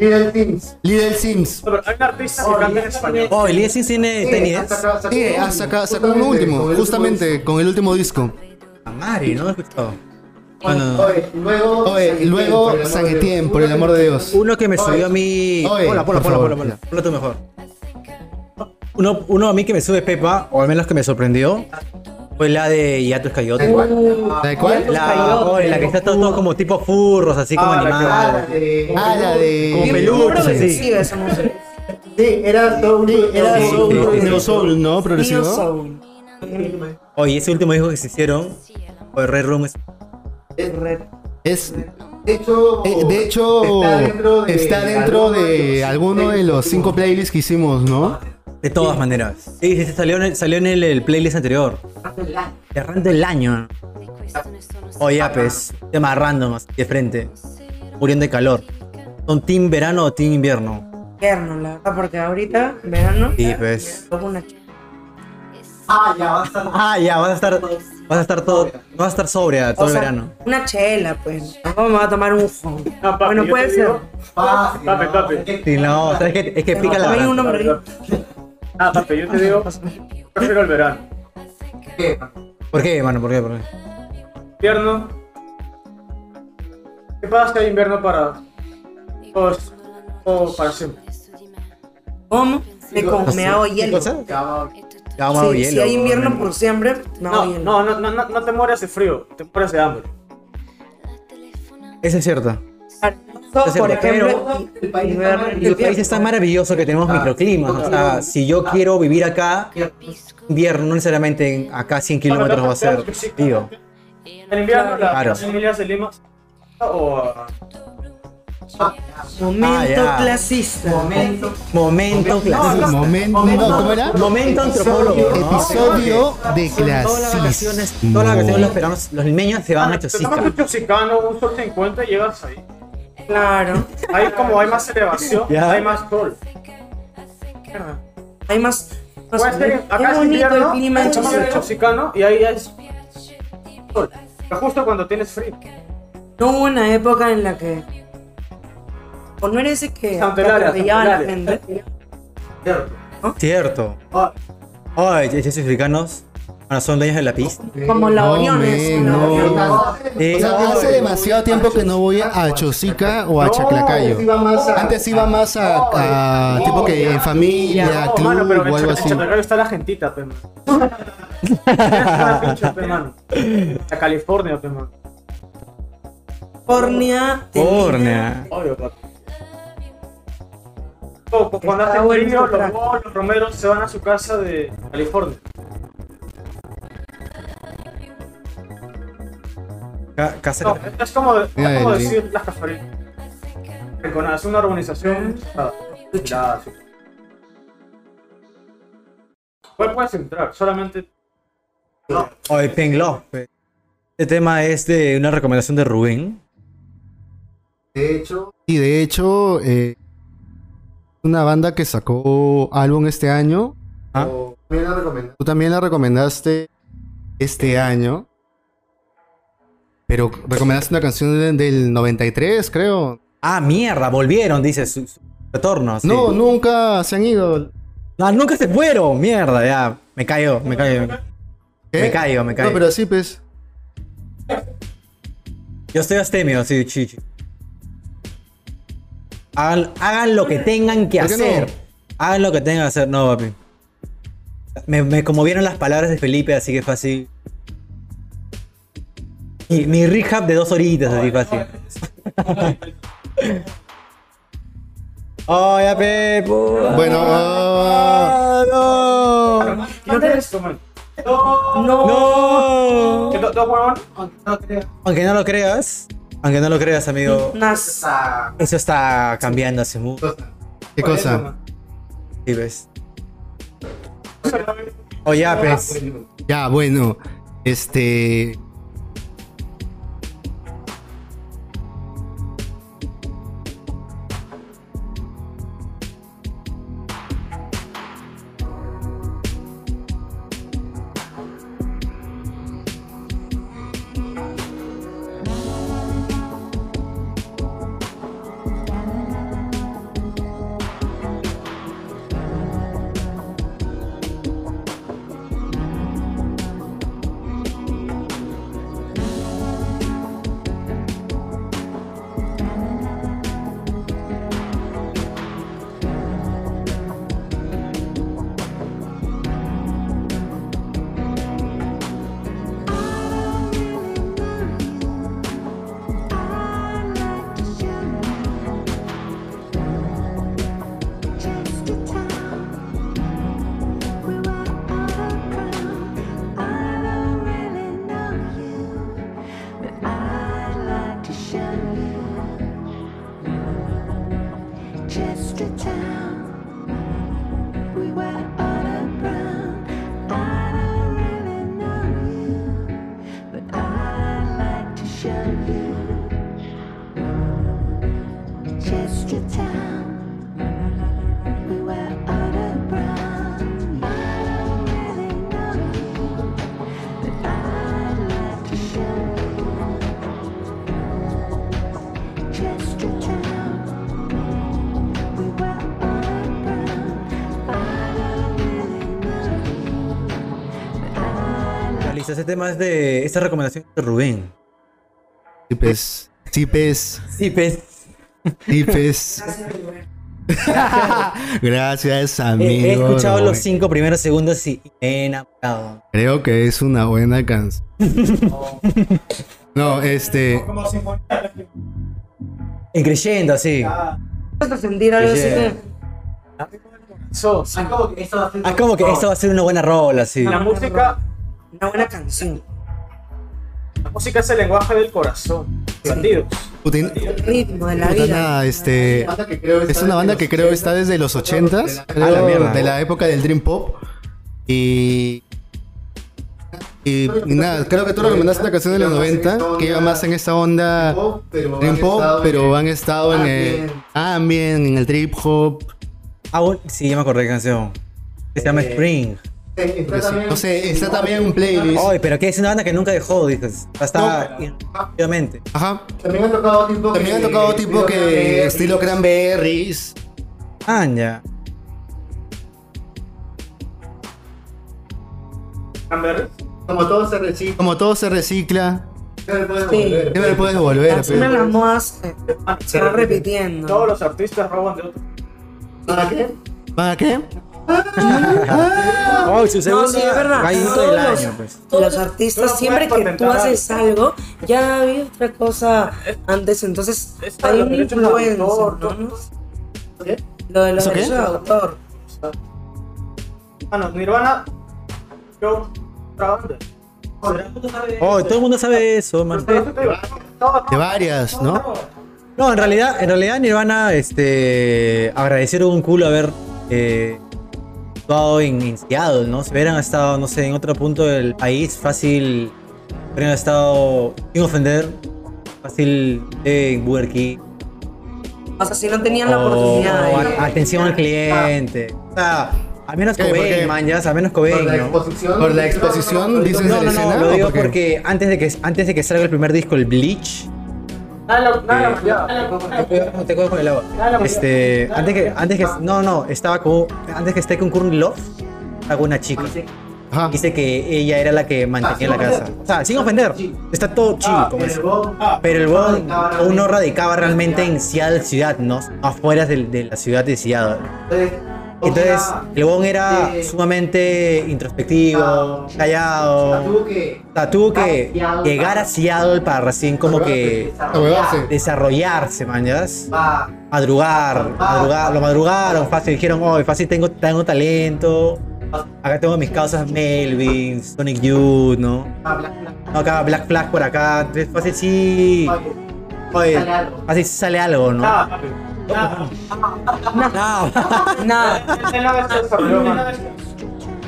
[SPEAKER 3] Little Things.
[SPEAKER 1] Little Sims.
[SPEAKER 5] Pero hay un artista que canta en español.
[SPEAKER 6] Oh, el IEC tiene
[SPEAKER 3] Eh,
[SPEAKER 6] Tiny Desk.
[SPEAKER 1] Sí, ah, saca- sacó un último, justamente con el último disco.
[SPEAKER 6] A Mari, no lo he escuchado.
[SPEAKER 1] Ah,
[SPEAKER 6] Bueno,
[SPEAKER 3] Oye, luego.
[SPEAKER 1] Oye, luego San Etienne, por el amor de Dios.
[SPEAKER 6] uno que me subió a mí.
[SPEAKER 1] Oye,
[SPEAKER 6] Hola,
[SPEAKER 1] por
[SPEAKER 6] hola, hola,
[SPEAKER 1] favor.
[SPEAKER 6] hola, hola. Hola tú mejor. Uno, uno a mí que me sube Pepa, o al menos que me sorprendió, fue la de Yatus Cayote.
[SPEAKER 1] ¿De cuál?
[SPEAKER 6] La, oye, la que está todo, todo como tipo furros, así como
[SPEAKER 5] Ah, la que-
[SPEAKER 6] animal.
[SPEAKER 1] Ah, la
[SPEAKER 6] Como
[SPEAKER 1] de.
[SPEAKER 6] pelu- peluches, así.
[SPEAKER 4] Sí, esa música.
[SPEAKER 3] Sí, era todo un.
[SPEAKER 1] Era
[SPEAKER 6] Sí,
[SPEAKER 1] soul,
[SPEAKER 6] sí, sí.
[SPEAKER 1] neo soul, ¿no?
[SPEAKER 4] Neo
[SPEAKER 1] Progresivo.
[SPEAKER 4] Soul.
[SPEAKER 6] Oye, ese último disco que se hicieron, o Red Room, es-
[SPEAKER 1] Es,
[SPEAKER 3] De hecho,
[SPEAKER 1] eh, de hecho,
[SPEAKER 3] está dentro de,
[SPEAKER 1] está dentro de
[SPEAKER 3] algunos
[SPEAKER 1] alguno de los cinco playlists que hicimos, ¿no?
[SPEAKER 6] de todas maneras. Sí, sí, sí, salió en, el, salió en el, el playlist anterior. Cerrando el año. Oye, pues, tema random, así de frente. Muriendo de calor. ¿Son team verano o team invierno?
[SPEAKER 4] Invierno, la verdad, porque ahorita, verano,
[SPEAKER 6] Sí, pues.
[SPEAKER 4] toco una
[SPEAKER 6] Ah, ya, vas a estar Vas a estar todo, vas a estar sobria todo
[SPEAKER 4] O
[SPEAKER 6] el
[SPEAKER 4] sea,
[SPEAKER 6] verano.
[SPEAKER 4] Una chela, pues. Tampoco me va a tomar un jón.
[SPEAKER 5] No, Ah, papi,
[SPEAKER 4] bueno,
[SPEAKER 5] yo
[SPEAKER 4] puede
[SPEAKER 5] te
[SPEAKER 4] ser.
[SPEAKER 5] digo-
[SPEAKER 3] Fácil,
[SPEAKER 5] Papi,
[SPEAKER 3] ¿no?
[SPEAKER 5] papi.
[SPEAKER 3] Es que-
[SPEAKER 6] Sí, no, o sea, es que, es que pica la
[SPEAKER 4] Hay un
[SPEAKER 6] garganta.
[SPEAKER 4] hombre ahí.
[SPEAKER 5] Ah, papi, yo te digo, prefiero el verano.
[SPEAKER 3] ¿Qué?
[SPEAKER 6] ¿Por qué, mano? ¿Por qué? ¿Por qué?
[SPEAKER 5] Invierno. ¿Qué pasa si hay invierno para todos? O para siempre.
[SPEAKER 4] ¿Cómo? Me, con, me hago
[SPEAKER 6] ¿Qué
[SPEAKER 4] hielo.
[SPEAKER 6] cosa?
[SPEAKER 3] Cabrón.
[SPEAKER 6] Ya vamos a
[SPEAKER 4] Sí,
[SPEAKER 6] hielo,
[SPEAKER 4] si hay invierno
[SPEAKER 6] mano.
[SPEAKER 4] por siempre, me hago
[SPEAKER 5] No,
[SPEAKER 4] hielo.
[SPEAKER 5] no, no, no, no, no te mueres de frío, te mueres de hambre.
[SPEAKER 6] Eso es cierto.
[SPEAKER 4] So, por
[SPEAKER 6] Pero-
[SPEAKER 4] ejemplo, y-
[SPEAKER 3] El país
[SPEAKER 4] y
[SPEAKER 3] está
[SPEAKER 4] ver-
[SPEAKER 3] mal-
[SPEAKER 6] Y el país es tan maravilloso que tenemos
[SPEAKER 3] Ah,
[SPEAKER 6] microclimas. O sea, si yo quiero vivir acá, invierno, no necesariamente en- acá 100 kilómetros va a ser frío.
[SPEAKER 5] En invierno, las
[SPEAKER 6] Claro.
[SPEAKER 5] las familias de Lima ah, o a
[SPEAKER 4] momento
[SPEAKER 6] Ah, ya.
[SPEAKER 4] clasista.
[SPEAKER 3] Momento.
[SPEAKER 6] Momento clasista.
[SPEAKER 1] Momento, ¿cómo era?
[SPEAKER 6] Momento antropólogo, ¿no?
[SPEAKER 1] Episodio de
[SPEAKER 6] Todas las vacaciones, todas las vacaciones los
[SPEAKER 1] clasismo.
[SPEAKER 6] peruanos, los limeños se van a
[SPEAKER 5] Te tomas
[SPEAKER 6] Chosica.
[SPEAKER 5] ah, un chosicano, un sol 50 y llegas ahí.
[SPEAKER 4] Claro.
[SPEAKER 5] Ahí como hay más elevación,
[SPEAKER 6] Ya.
[SPEAKER 5] hay más sol.
[SPEAKER 4] Hay más. más-
[SPEAKER 5] Puede ser, acá
[SPEAKER 4] es
[SPEAKER 5] es
[SPEAKER 4] bonito el
[SPEAKER 5] invierno,
[SPEAKER 4] clima en
[SPEAKER 5] te tomas el
[SPEAKER 4] Chosica.
[SPEAKER 5] chosicano y ahí es sol. Pero justo cuando tienes frío.
[SPEAKER 4] No hubo una época en la que. O no era ese que
[SPEAKER 5] Santelaria,
[SPEAKER 4] atropellaban a la
[SPEAKER 5] Santelaria.
[SPEAKER 4] gente.
[SPEAKER 5] Cierto.
[SPEAKER 6] Cierto.
[SPEAKER 4] Oh,
[SPEAKER 5] Ah,
[SPEAKER 6] Ay, esos africanos bueno, son dueños de la pista.
[SPEAKER 4] Como la
[SPEAKER 1] No,
[SPEAKER 4] Oriones.
[SPEAKER 1] men,
[SPEAKER 4] la
[SPEAKER 1] no.
[SPEAKER 4] Oriones.
[SPEAKER 6] Sí.
[SPEAKER 1] O sea, hace
[SPEAKER 6] Eh,
[SPEAKER 1] demasiado tiempo que no voy a Chosica o a Chaclacayo.
[SPEAKER 3] Antes iba más a-
[SPEAKER 1] Antes iba más a, a tipo que en familia,
[SPEAKER 5] no,
[SPEAKER 1] club
[SPEAKER 5] mano, oh, pero en
[SPEAKER 1] o algo
[SPEAKER 5] Chaca-
[SPEAKER 1] así.
[SPEAKER 5] En Chaclacayo está la gentita, pe, mano. Está la pinche, pe, mano. La California, pe, mano.
[SPEAKER 4] California. tenía-
[SPEAKER 6] Cornea.
[SPEAKER 5] Obvio, papi. Cu- cu- Cuando
[SPEAKER 4] Está
[SPEAKER 5] hace
[SPEAKER 4] bueno
[SPEAKER 5] frío,
[SPEAKER 4] ese
[SPEAKER 5] los
[SPEAKER 4] track.
[SPEAKER 5] bobos, los romeros se van a su casa de California.
[SPEAKER 6] Ca- casa-
[SPEAKER 5] No, es como, es
[SPEAKER 1] Mira,
[SPEAKER 5] como
[SPEAKER 1] el-
[SPEAKER 5] decir las cafaritas. Es una urbanización. ah, mirada, sí. Pues puedes entrar, solamente.
[SPEAKER 6] Ay, Pengló. Este tema es de una recomendación de Rubén.
[SPEAKER 3] De hecho,
[SPEAKER 1] Y de hecho, eh, una banda que sacó álbum este año.
[SPEAKER 6] Ah.
[SPEAKER 3] o- me lo recomendaron.
[SPEAKER 1] Tú también la recomendaste este año. Pero recomendaste una canción de- del 93, creo.
[SPEAKER 6] Ah, mierda, volvieron, dice su, su retorno. sí.
[SPEAKER 1] No, nunca se han ido.
[SPEAKER 6] Ah, nunca se fueron, mierda, ya. Me cayó, me cayó.
[SPEAKER 1] ¿Qué?
[SPEAKER 6] Me caigo, me caigo.
[SPEAKER 1] No, pero sí, pues.
[SPEAKER 6] Yo estoy astemio, sí, chichi. Hagan, hagan lo que tengan que
[SPEAKER 1] ¿Por qué
[SPEAKER 6] hacer. Hagan lo que tengan que hacer, no, papi. Me, me conmovieron las palabras de Felipe, así que fácil. Mi, mi rehab de dos horitas, así fácil. ¡Ay, ya, pe, puta.
[SPEAKER 1] Bueno, ah,
[SPEAKER 6] Ah, no.
[SPEAKER 5] ¿Qué es eso, man? No.
[SPEAKER 4] No.
[SPEAKER 5] ¿Qué,
[SPEAKER 6] ¡No!
[SPEAKER 5] do- ¿Dos huevones?
[SPEAKER 6] Aunque no lo creas, aunque no lo creas, amigo,
[SPEAKER 4] Nas.
[SPEAKER 6] eso está cambiando hace mucho.
[SPEAKER 1] ¿qué
[SPEAKER 5] Por eso,
[SPEAKER 1] cosa?
[SPEAKER 5] man.
[SPEAKER 6] Sí, ves. O ya, pues.
[SPEAKER 1] Ya, bueno. Este.
[SPEAKER 7] Chestertown, we were on a brown. I don't really know you, but I'd like to show you Chestertown. We were on a brown. I don't really know you, but I'd
[SPEAKER 6] Marisa, ese tema es de. Esta recomendación es de Rubén.
[SPEAKER 1] Tipes, tipes,
[SPEAKER 6] Sí, pues.
[SPEAKER 1] tipes.
[SPEAKER 4] Gracias, Rubén.
[SPEAKER 1] pues. Gracias,
[SPEAKER 6] He,
[SPEAKER 1] amigo.
[SPEAKER 6] he escuchado
[SPEAKER 1] Rubén.
[SPEAKER 6] los cinco primeros segundos y me he enamorado.
[SPEAKER 1] Creo que es una buena canción. No, este.
[SPEAKER 5] Como sinfonía.
[SPEAKER 6] En creyendo, así.
[SPEAKER 4] Quiero sentir algo así
[SPEAKER 6] Yeah.
[SPEAKER 4] que-
[SPEAKER 5] So, sí.
[SPEAKER 3] como Ah, que esto va a ser-
[SPEAKER 6] Ah, como que esto va a ser una buena rola, así.
[SPEAKER 5] La música,
[SPEAKER 4] Una buena canción.
[SPEAKER 5] la música es el lenguaje del corazón. Sentidos.
[SPEAKER 1] Putin-
[SPEAKER 4] El ritmo de la
[SPEAKER 1] puta,
[SPEAKER 4] vida.
[SPEAKER 1] nada, este.
[SPEAKER 3] banda que creo
[SPEAKER 1] Es
[SPEAKER 3] está
[SPEAKER 1] una
[SPEAKER 3] desde
[SPEAKER 1] banda
[SPEAKER 3] los
[SPEAKER 1] que creo está desde los 80s,
[SPEAKER 3] de
[SPEAKER 1] creo,
[SPEAKER 6] la mierda.
[SPEAKER 1] de la época del Dream Pop. Y. Y nada, creo que tú recomendaste la canción de los 90, que iba más en esta onda
[SPEAKER 3] pop, pero
[SPEAKER 1] Dream
[SPEAKER 3] han
[SPEAKER 1] Pop,
[SPEAKER 3] estado
[SPEAKER 1] pero
[SPEAKER 3] en-
[SPEAKER 1] han estado en el ambient, en el trip hop.
[SPEAKER 6] Ah, un- sí, ya me acordé de la canción. Se llama Spring.
[SPEAKER 3] Está también-
[SPEAKER 1] No sé, está también en playlist.
[SPEAKER 6] Ay, pero que es una banda que nunca dejó, dices. Hasta rápidamente.
[SPEAKER 1] Ajá.
[SPEAKER 3] También han tocado tipo
[SPEAKER 1] También han
[SPEAKER 3] que-
[SPEAKER 1] tocado tipo que estilo Cranberries.
[SPEAKER 6] Ah, ya.
[SPEAKER 5] Cranberries.
[SPEAKER 3] Como todo se recicla,
[SPEAKER 1] Como todo se recicla,
[SPEAKER 3] siempre puedes
[SPEAKER 4] Sí.
[SPEAKER 3] volver.
[SPEAKER 1] siempre puedes volver.
[SPEAKER 4] Siempre
[SPEAKER 1] pero-
[SPEAKER 4] las modas eh, se van repitiendo.
[SPEAKER 5] Ah, Todos los artistas roban de otros.
[SPEAKER 3] ¿Para qué?
[SPEAKER 1] ¿Para qué?
[SPEAKER 6] Ay, su
[SPEAKER 4] No,
[SPEAKER 6] segunda
[SPEAKER 4] sí, es verdad.
[SPEAKER 6] gallito
[SPEAKER 4] Todos
[SPEAKER 6] del
[SPEAKER 4] los,
[SPEAKER 6] año, pues.
[SPEAKER 4] los
[SPEAKER 5] Tú no
[SPEAKER 4] artistas,
[SPEAKER 5] puedes
[SPEAKER 4] siempre que tú
[SPEAKER 5] patentar
[SPEAKER 4] haces algo, ya había otra cosa antes, entonces
[SPEAKER 5] es para
[SPEAKER 4] hay
[SPEAKER 5] los
[SPEAKER 4] un
[SPEAKER 5] derechos de
[SPEAKER 4] influencer,
[SPEAKER 5] autor,
[SPEAKER 4] ¿no?
[SPEAKER 5] ¿no?
[SPEAKER 3] ¿Qué?
[SPEAKER 4] Lo de los
[SPEAKER 1] ¿Eso qué?
[SPEAKER 4] derechos de autor.
[SPEAKER 5] Ah, no, Nirvana. Yo. Otra banda.
[SPEAKER 6] Oh, todo el mundo sabe eso, man.
[SPEAKER 1] De varias, ¿no?
[SPEAKER 6] No, en realidad, en realidad Nirvana, este, agradecieron un culo haber eh, actuado en, en Seattle, ¿no? Si hubieran estado, no sé, en otro punto del país, fácil, hubieran estado, sin ofender, fácil eh, en Burger King.
[SPEAKER 4] O sea, si no tenían la
[SPEAKER 1] Oh,
[SPEAKER 6] O-
[SPEAKER 4] oportunidad.
[SPEAKER 6] o
[SPEAKER 4] ¿eh?
[SPEAKER 6] a- atención al cliente. O sea, al menos
[SPEAKER 1] ¿Qué? ¿Por qué?
[SPEAKER 6] Cobain, man, ya, al menos Cobain,
[SPEAKER 3] Por la
[SPEAKER 6] ¿no?
[SPEAKER 3] exposición.
[SPEAKER 1] Por la exposición,
[SPEAKER 3] No, no, no,
[SPEAKER 1] dices
[SPEAKER 3] no,
[SPEAKER 6] No,
[SPEAKER 1] el
[SPEAKER 6] no, no,
[SPEAKER 1] escenario,
[SPEAKER 6] lo digo
[SPEAKER 1] ¿por qué?
[SPEAKER 6] porque antes de que antes de que salga el primer disco, el Bleach,
[SPEAKER 5] Nada, nada, ya.
[SPEAKER 6] Te cuido- te cuido con el agua.
[SPEAKER 5] Claro,
[SPEAKER 6] Este,
[SPEAKER 5] claro,
[SPEAKER 6] antes que,
[SPEAKER 5] claro.
[SPEAKER 6] antes que, no, no, estaba como, antes que esté con Courtney Love, estaba con una chica.
[SPEAKER 1] Ajá.
[SPEAKER 6] Dice que ella era la que mantenía la casa. O sea, sin ofender, está todo chill como
[SPEAKER 3] el
[SPEAKER 6] eso.
[SPEAKER 3] Bob-
[SPEAKER 6] Pero el huevón
[SPEAKER 3] radicaba
[SPEAKER 6] aún no
[SPEAKER 3] realmente-
[SPEAKER 6] radicaba realmente en Seattle ciudad, ¿no? Afuera de, de la ciudad de Seattle.
[SPEAKER 3] Entonces,
[SPEAKER 6] Entonces,
[SPEAKER 3] o sea,
[SPEAKER 6] el huevón era
[SPEAKER 3] eh,
[SPEAKER 6] sumamente introspectivo,
[SPEAKER 3] la tuvo
[SPEAKER 6] callado.
[SPEAKER 3] que-
[SPEAKER 6] O sea, tuvo que llegar a Seattle para recién como que
[SPEAKER 1] A huevarse.
[SPEAKER 6] desarrollarse, mañas.
[SPEAKER 3] Va,
[SPEAKER 6] Madrugar, madrugar, lo madrugaron fácil, dijeron, oh, fácil tengo, tengo talento. Acá tengo mis causas Melvin, Sonic Youth, ¿no?
[SPEAKER 3] va, bla, bla,
[SPEAKER 6] No, Acá Black Flag por acá, entonces fácil sí. Oye,
[SPEAKER 3] Sale algo.
[SPEAKER 6] fácil sí sale algo, ¿no?
[SPEAKER 5] Nada, papi. Nada.
[SPEAKER 6] No.
[SPEAKER 4] Nada,
[SPEAKER 5] Él nada se desarrolló, man.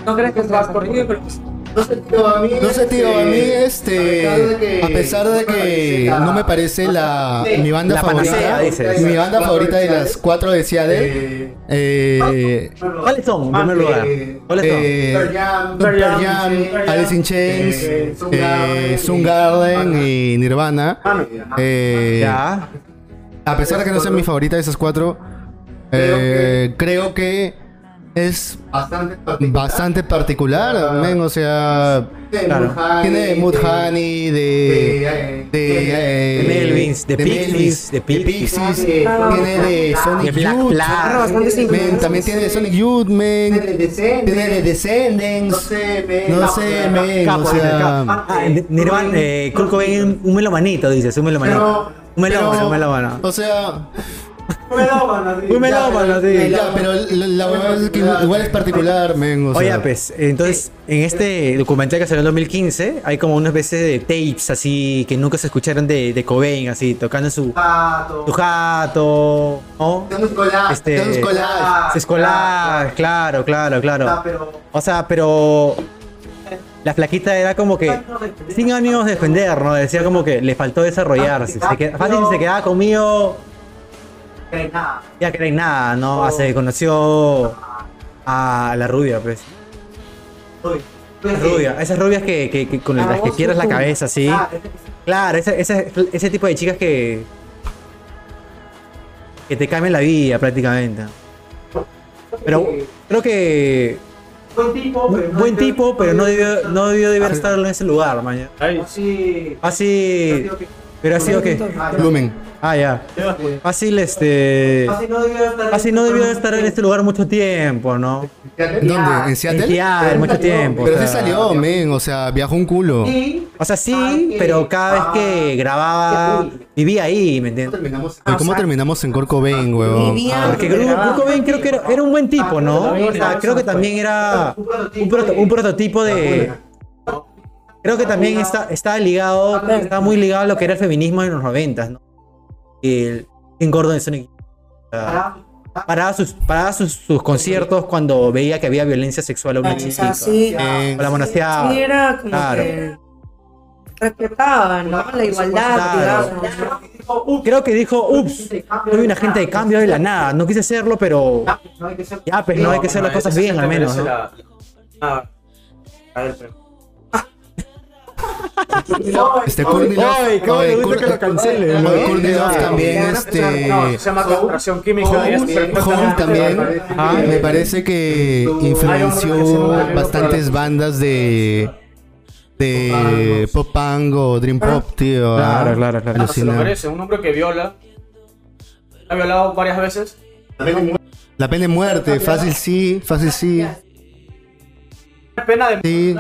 [SPEAKER 4] no crees que se va conmigo, pero pues,
[SPEAKER 3] No sé, tío, a mí.
[SPEAKER 1] No sé, tío, a mí este. A pesar de que no me
[SPEAKER 3] parece
[SPEAKER 1] parece la mi banda
[SPEAKER 6] La
[SPEAKER 1] favorita.
[SPEAKER 6] panacea, dices.
[SPEAKER 1] Mi banda favorita de las cuatro de Seattle.
[SPEAKER 3] Eh,
[SPEAKER 1] Eh.
[SPEAKER 6] ¿Cuáles son? En
[SPEAKER 5] Ah,
[SPEAKER 6] primer lugar.
[SPEAKER 3] eh,
[SPEAKER 6] ¿Cuáles son?
[SPEAKER 1] eh, Pearl
[SPEAKER 3] Jam,
[SPEAKER 5] Pearl Jam,
[SPEAKER 1] Jam,
[SPEAKER 5] Pearl
[SPEAKER 1] Alice in
[SPEAKER 5] Jam,
[SPEAKER 1] Chains,
[SPEAKER 3] eh,
[SPEAKER 1] eh,
[SPEAKER 3] Soundgarden,
[SPEAKER 1] Soundgarden y Nirvana.
[SPEAKER 5] Mano,
[SPEAKER 1] Eh,
[SPEAKER 6] ya.
[SPEAKER 1] A pesar de que no sea mi favorita de esas cuatro, eh, creo que es
[SPEAKER 3] Bastante.
[SPEAKER 1] eh,
[SPEAKER 3] particular.
[SPEAKER 1] bastante particular, men, o sea,
[SPEAKER 3] Tiene
[SPEAKER 6] Claro.
[SPEAKER 3] Mood este, Honey,
[SPEAKER 1] tiene Mood
[SPEAKER 3] tiene-
[SPEAKER 1] Honey
[SPEAKER 3] de-
[SPEAKER 1] de eh, de
[SPEAKER 6] de Melvins, de Pixies,
[SPEAKER 1] Melvins,
[SPEAKER 6] de
[SPEAKER 1] de
[SPEAKER 6] Pixies.
[SPEAKER 1] Pixies,
[SPEAKER 3] Ah,
[SPEAKER 1] tiene de Sonic
[SPEAKER 6] De Black
[SPEAKER 1] Youth,
[SPEAKER 4] agarra
[SPEAKER 6] Flag.
[SPEAKER 4] bastantes
[SPEAKER 3] men,
[SPEAKER 1] men,
[SPEAKER 4] influencias.
[SPEAKER 1] también tiene de Sonic Youth, men,
[SPEAKER 3] tiene de Descendants.
[SPEAKER 1] tiene de Descendants,
[SPEAKER 3] men.
[SPEAKER 1] no sé, men, o
[SPEAKER 6] Capo,
[SPEAKER 1] sea,
[SPEAKER 6] capo. Ah, Nirvana, eh, Kurt Cobain, un melomanito, dices, un melomanito.
[SPEAKER 3] Pero-
[SPEAKER 6] Un melómano,
[SPEAKER 1] pero,
[SPEAKER 6] un melómano.
[SPEAKER 1] o sea,
[SPEAKER 6] Un melómano, sí.
[SPEAKER 1] ya, pero la la verdad es que igual es particular, men, o sea, eh,
[SPEAKER 6] Oye, pues, entonces, en este documental que salió en 2015, hay como unas veces de tapes así que nunca se escucharon de, de Cobain, así, tocando su,
[SPEAKER 3] Pato.
[SPEAKER 6] su jato, ¿no?
[SPEAKER 3] Tengo un collage,
[SPEAKER 6] Este-
[SPEAKER 3] tengo un collage.
[SPEAKER 6] Se escolar, claro, claro,
[SPEAKER 3] Ah,
[SPEAKER 6] claro.
[SPEAKER 3] pero-
[SPEAKER 6] O sea, pero la flaquita era como que sin ánimos de defender, ¿no? Decía como que le faltó desarrollarse. Se queda- fácil si se quedaba conmigo,
[SPEAKER 3] pero nada.
[SPEAKER 6] ya que no hay nada, ¿no? Ah, Se conoció a la rubia, pues.
[SPEAKER 3] Uy.
[SPEAKER 6] Rubia, esas rubias que, que- que con las que pierdes la cabeza, sí.
[SPEAKER 3] Ah,
[SPEAKER 6] Claro, ese, ese, ese tipo de chicas que. que te cambian la vida prácticamente. Pero creo que.
[SPEAKER 8] Buen tipo, pero no
[SPEAKER 6] Buen
[SPEAKER 8] debió-
[SPEAKER 6] tipo, pero no debió, no debió de haber
[SPEAKER 1] Ah.
[SPEAKER 6] estado en ese lugar, mañana.
[SPEAKER 5] Ahí.
[SPEAKER 8] Así.
[SPEAKER 6] Así. Pero así o qué?
[SPEAKER 8] Ah, ya.
[SPEAKER 1] Lumen.
[SPEAKER 6] Ah, ya. Fácil, este.
[SPEAKER 8] Así no debió estar.
[SPEAKER 6] Así no debió estar en este lugar mucho tiempo, ¿no?
[SPEAKER 1] ¿Dónde? ¿En
[SPEAKER 6] En
[SPEAKER 1] Seattle?
[SPEAKER 6] Seattle, mucho tiempo.
[SPEAKER 1] Pero
[SPEAKER 6] o
[SPEAKER 1] se
[SPEAKER 6] sea.
[SPEAKER 1] salió, men. O sea, viajó un culo.
[SPEAKER 8] Sí.
[SPEAKER 6] O sea, sí,
[SPEAKER 8] Ah,
[SPEAKER 6] pero
[SPEAKER 8] que-
[SPEAKER 6] cada vez que
[SPEAKER 8] ah,
[SPEAKER 6] grababa,
[SPEAKER 8] que sí.
[SPEAKER 6] vivía ahí, ¿me entiendes?
[SPEAKER 1] Terminamos- ¿Cómo terminamos en Corco Bain, huevón?
[SPEAKER 4] Vivía-
[SPEAKER 6] Porque Kurt Kurt Cobain creo que era, era un buen tipo,
[SPEAKER 5] Ah,
[SPEAKER 6] ¿no? O sea, creo
[SPEAKER 5] pues,
[SPEAKER 6] que también era un, proto- un prototipo de... Creo que también está, estaba ligado, estaba muy ligado a lo que era el feminismo en los noventas, ¿no? El Ken Gordon de Sonic. O sea,
[SPEAKER 8] Ah,
[SPEAKER 6] Paraba sus, paraba sus, sus conciertos cuando veía que había violencia sexual a una
[SPEAKER 4] O sea,
[SPEAKER 6] chica.
[SPEAKER 4] sí,
[SPEAKER 1] Eh,
[SPEAKER 6] O la monasteaba.
[SPEAKER 4] sí era como
[SPEAKER 6] Claro.
[SPEAKER 4] que respetaban ¿no? la igualdad,
[SPEAKER 6] Claro.
[SPEAKER 4] digamos.
[SPEAKER 6] Creo que dijo, ups, soy un agente de cambio de la nada. No quise hacerlo, pero
[SPEAKER 8] No hay que ser.
[SPEAKER 6] ya, pues no hay que hacer las cosas bien al menos, ¿no?
[SPEAKER 5] Ah,
[SPEAKER 1] Este Courtney Love-
[SPEAKER 6] Ay, cómo
[SPEAKER 1] oye,
[SPEAKER 6] le gusta
[SPEAKER 1] Cour-
[SPEAKER 6] que lo cancelen,
[SPEAKER 1] oye,
[SPEAKER 6] ¿no?
[SPEAKER 1] Courtney Love también, este...
[SPEAKER 5] Ah, No, se llama castración química. y es
[SPEAKER 1] Home
[SPEAKER 5] perfectamente-
[SPEAKER 1] también.
[SPEAKER 6] Ah.
[SPEAKER 1] Me parece que influenció bastantes bandas de... De pop punk o dream pop, tío. ah.
[SPEAKER 6] Claro, claro, claro.
[SPEAKER 5] Ah, se lo
[SPEAKER 1] Alucina.
[SPEAKER 5] merece. Un hombre que viola. Ha violado varias veces.
[SPEAKER 1] La pena de muerte, fácil sí, fácil sí.
[SPEAKER 5] Pena de
[SPEAKER 1] Sí.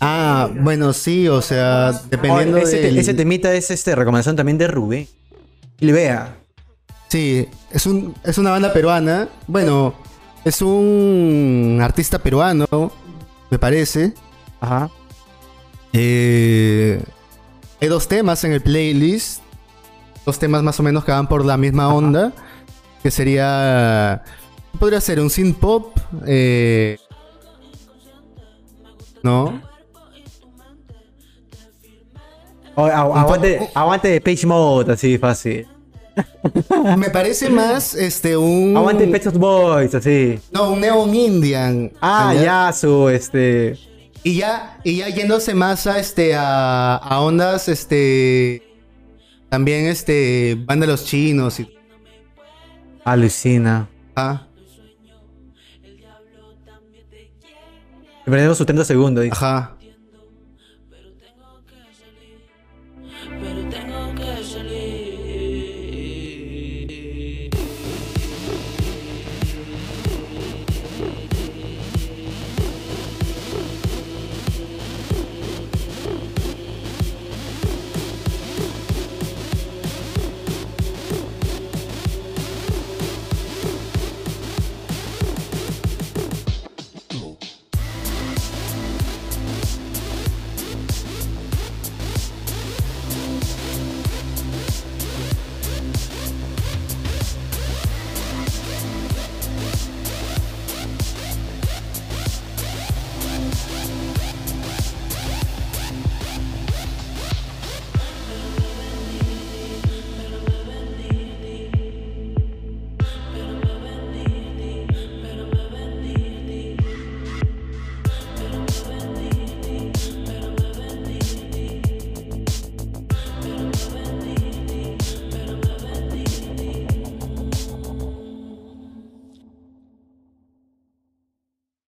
[SPEAKER 1] Ah, bueno, sí, o sea, dependiendo
[SPEAKER 6] Oye, ese, te-
[SPEAKER 1] del-
[SPEAKER 6] ese temita es este recomendación también de Rubén. Y vea.
[SPEAKER 1] Sí, es, un, es una banda peruana. Bueno, es un artista peruano, me parece.
[SPEAKER 6] Ajá.
[SPEAKER 1] Eh, hay dos temas en el playlist. Dos temas más o menos que van por la misma onda. Que sería. Podría ser un synth pop. eh, ¿No?
[SPEAKER 6] Oye, agu- aguante, aguante de Page Mode, así fácil.
[SPEAKER 1] Me parece más este un.
[SPEAKER 6] Aguante de Page Shop Boys, así.
[SPEAKER 1] No, un Neon Indian.
[SPEAKER 6] Ah,
[SPEAKER 1] ¿ya?
[SPEAKER 6] ya, su este.
[SPEAKER 1] Y ya, y ya yéndose más a este a, a ondas, este también este van de los chinos y ah,
[SPEAKER 6] Alucina.
[SPEAKER 1] ajá,
[SPEAKER 6] Le Perdemos sus 30 segundos. dice.
[SPEAKER 1] ajá.
[SPEAKER 7] Pero tengo que salir.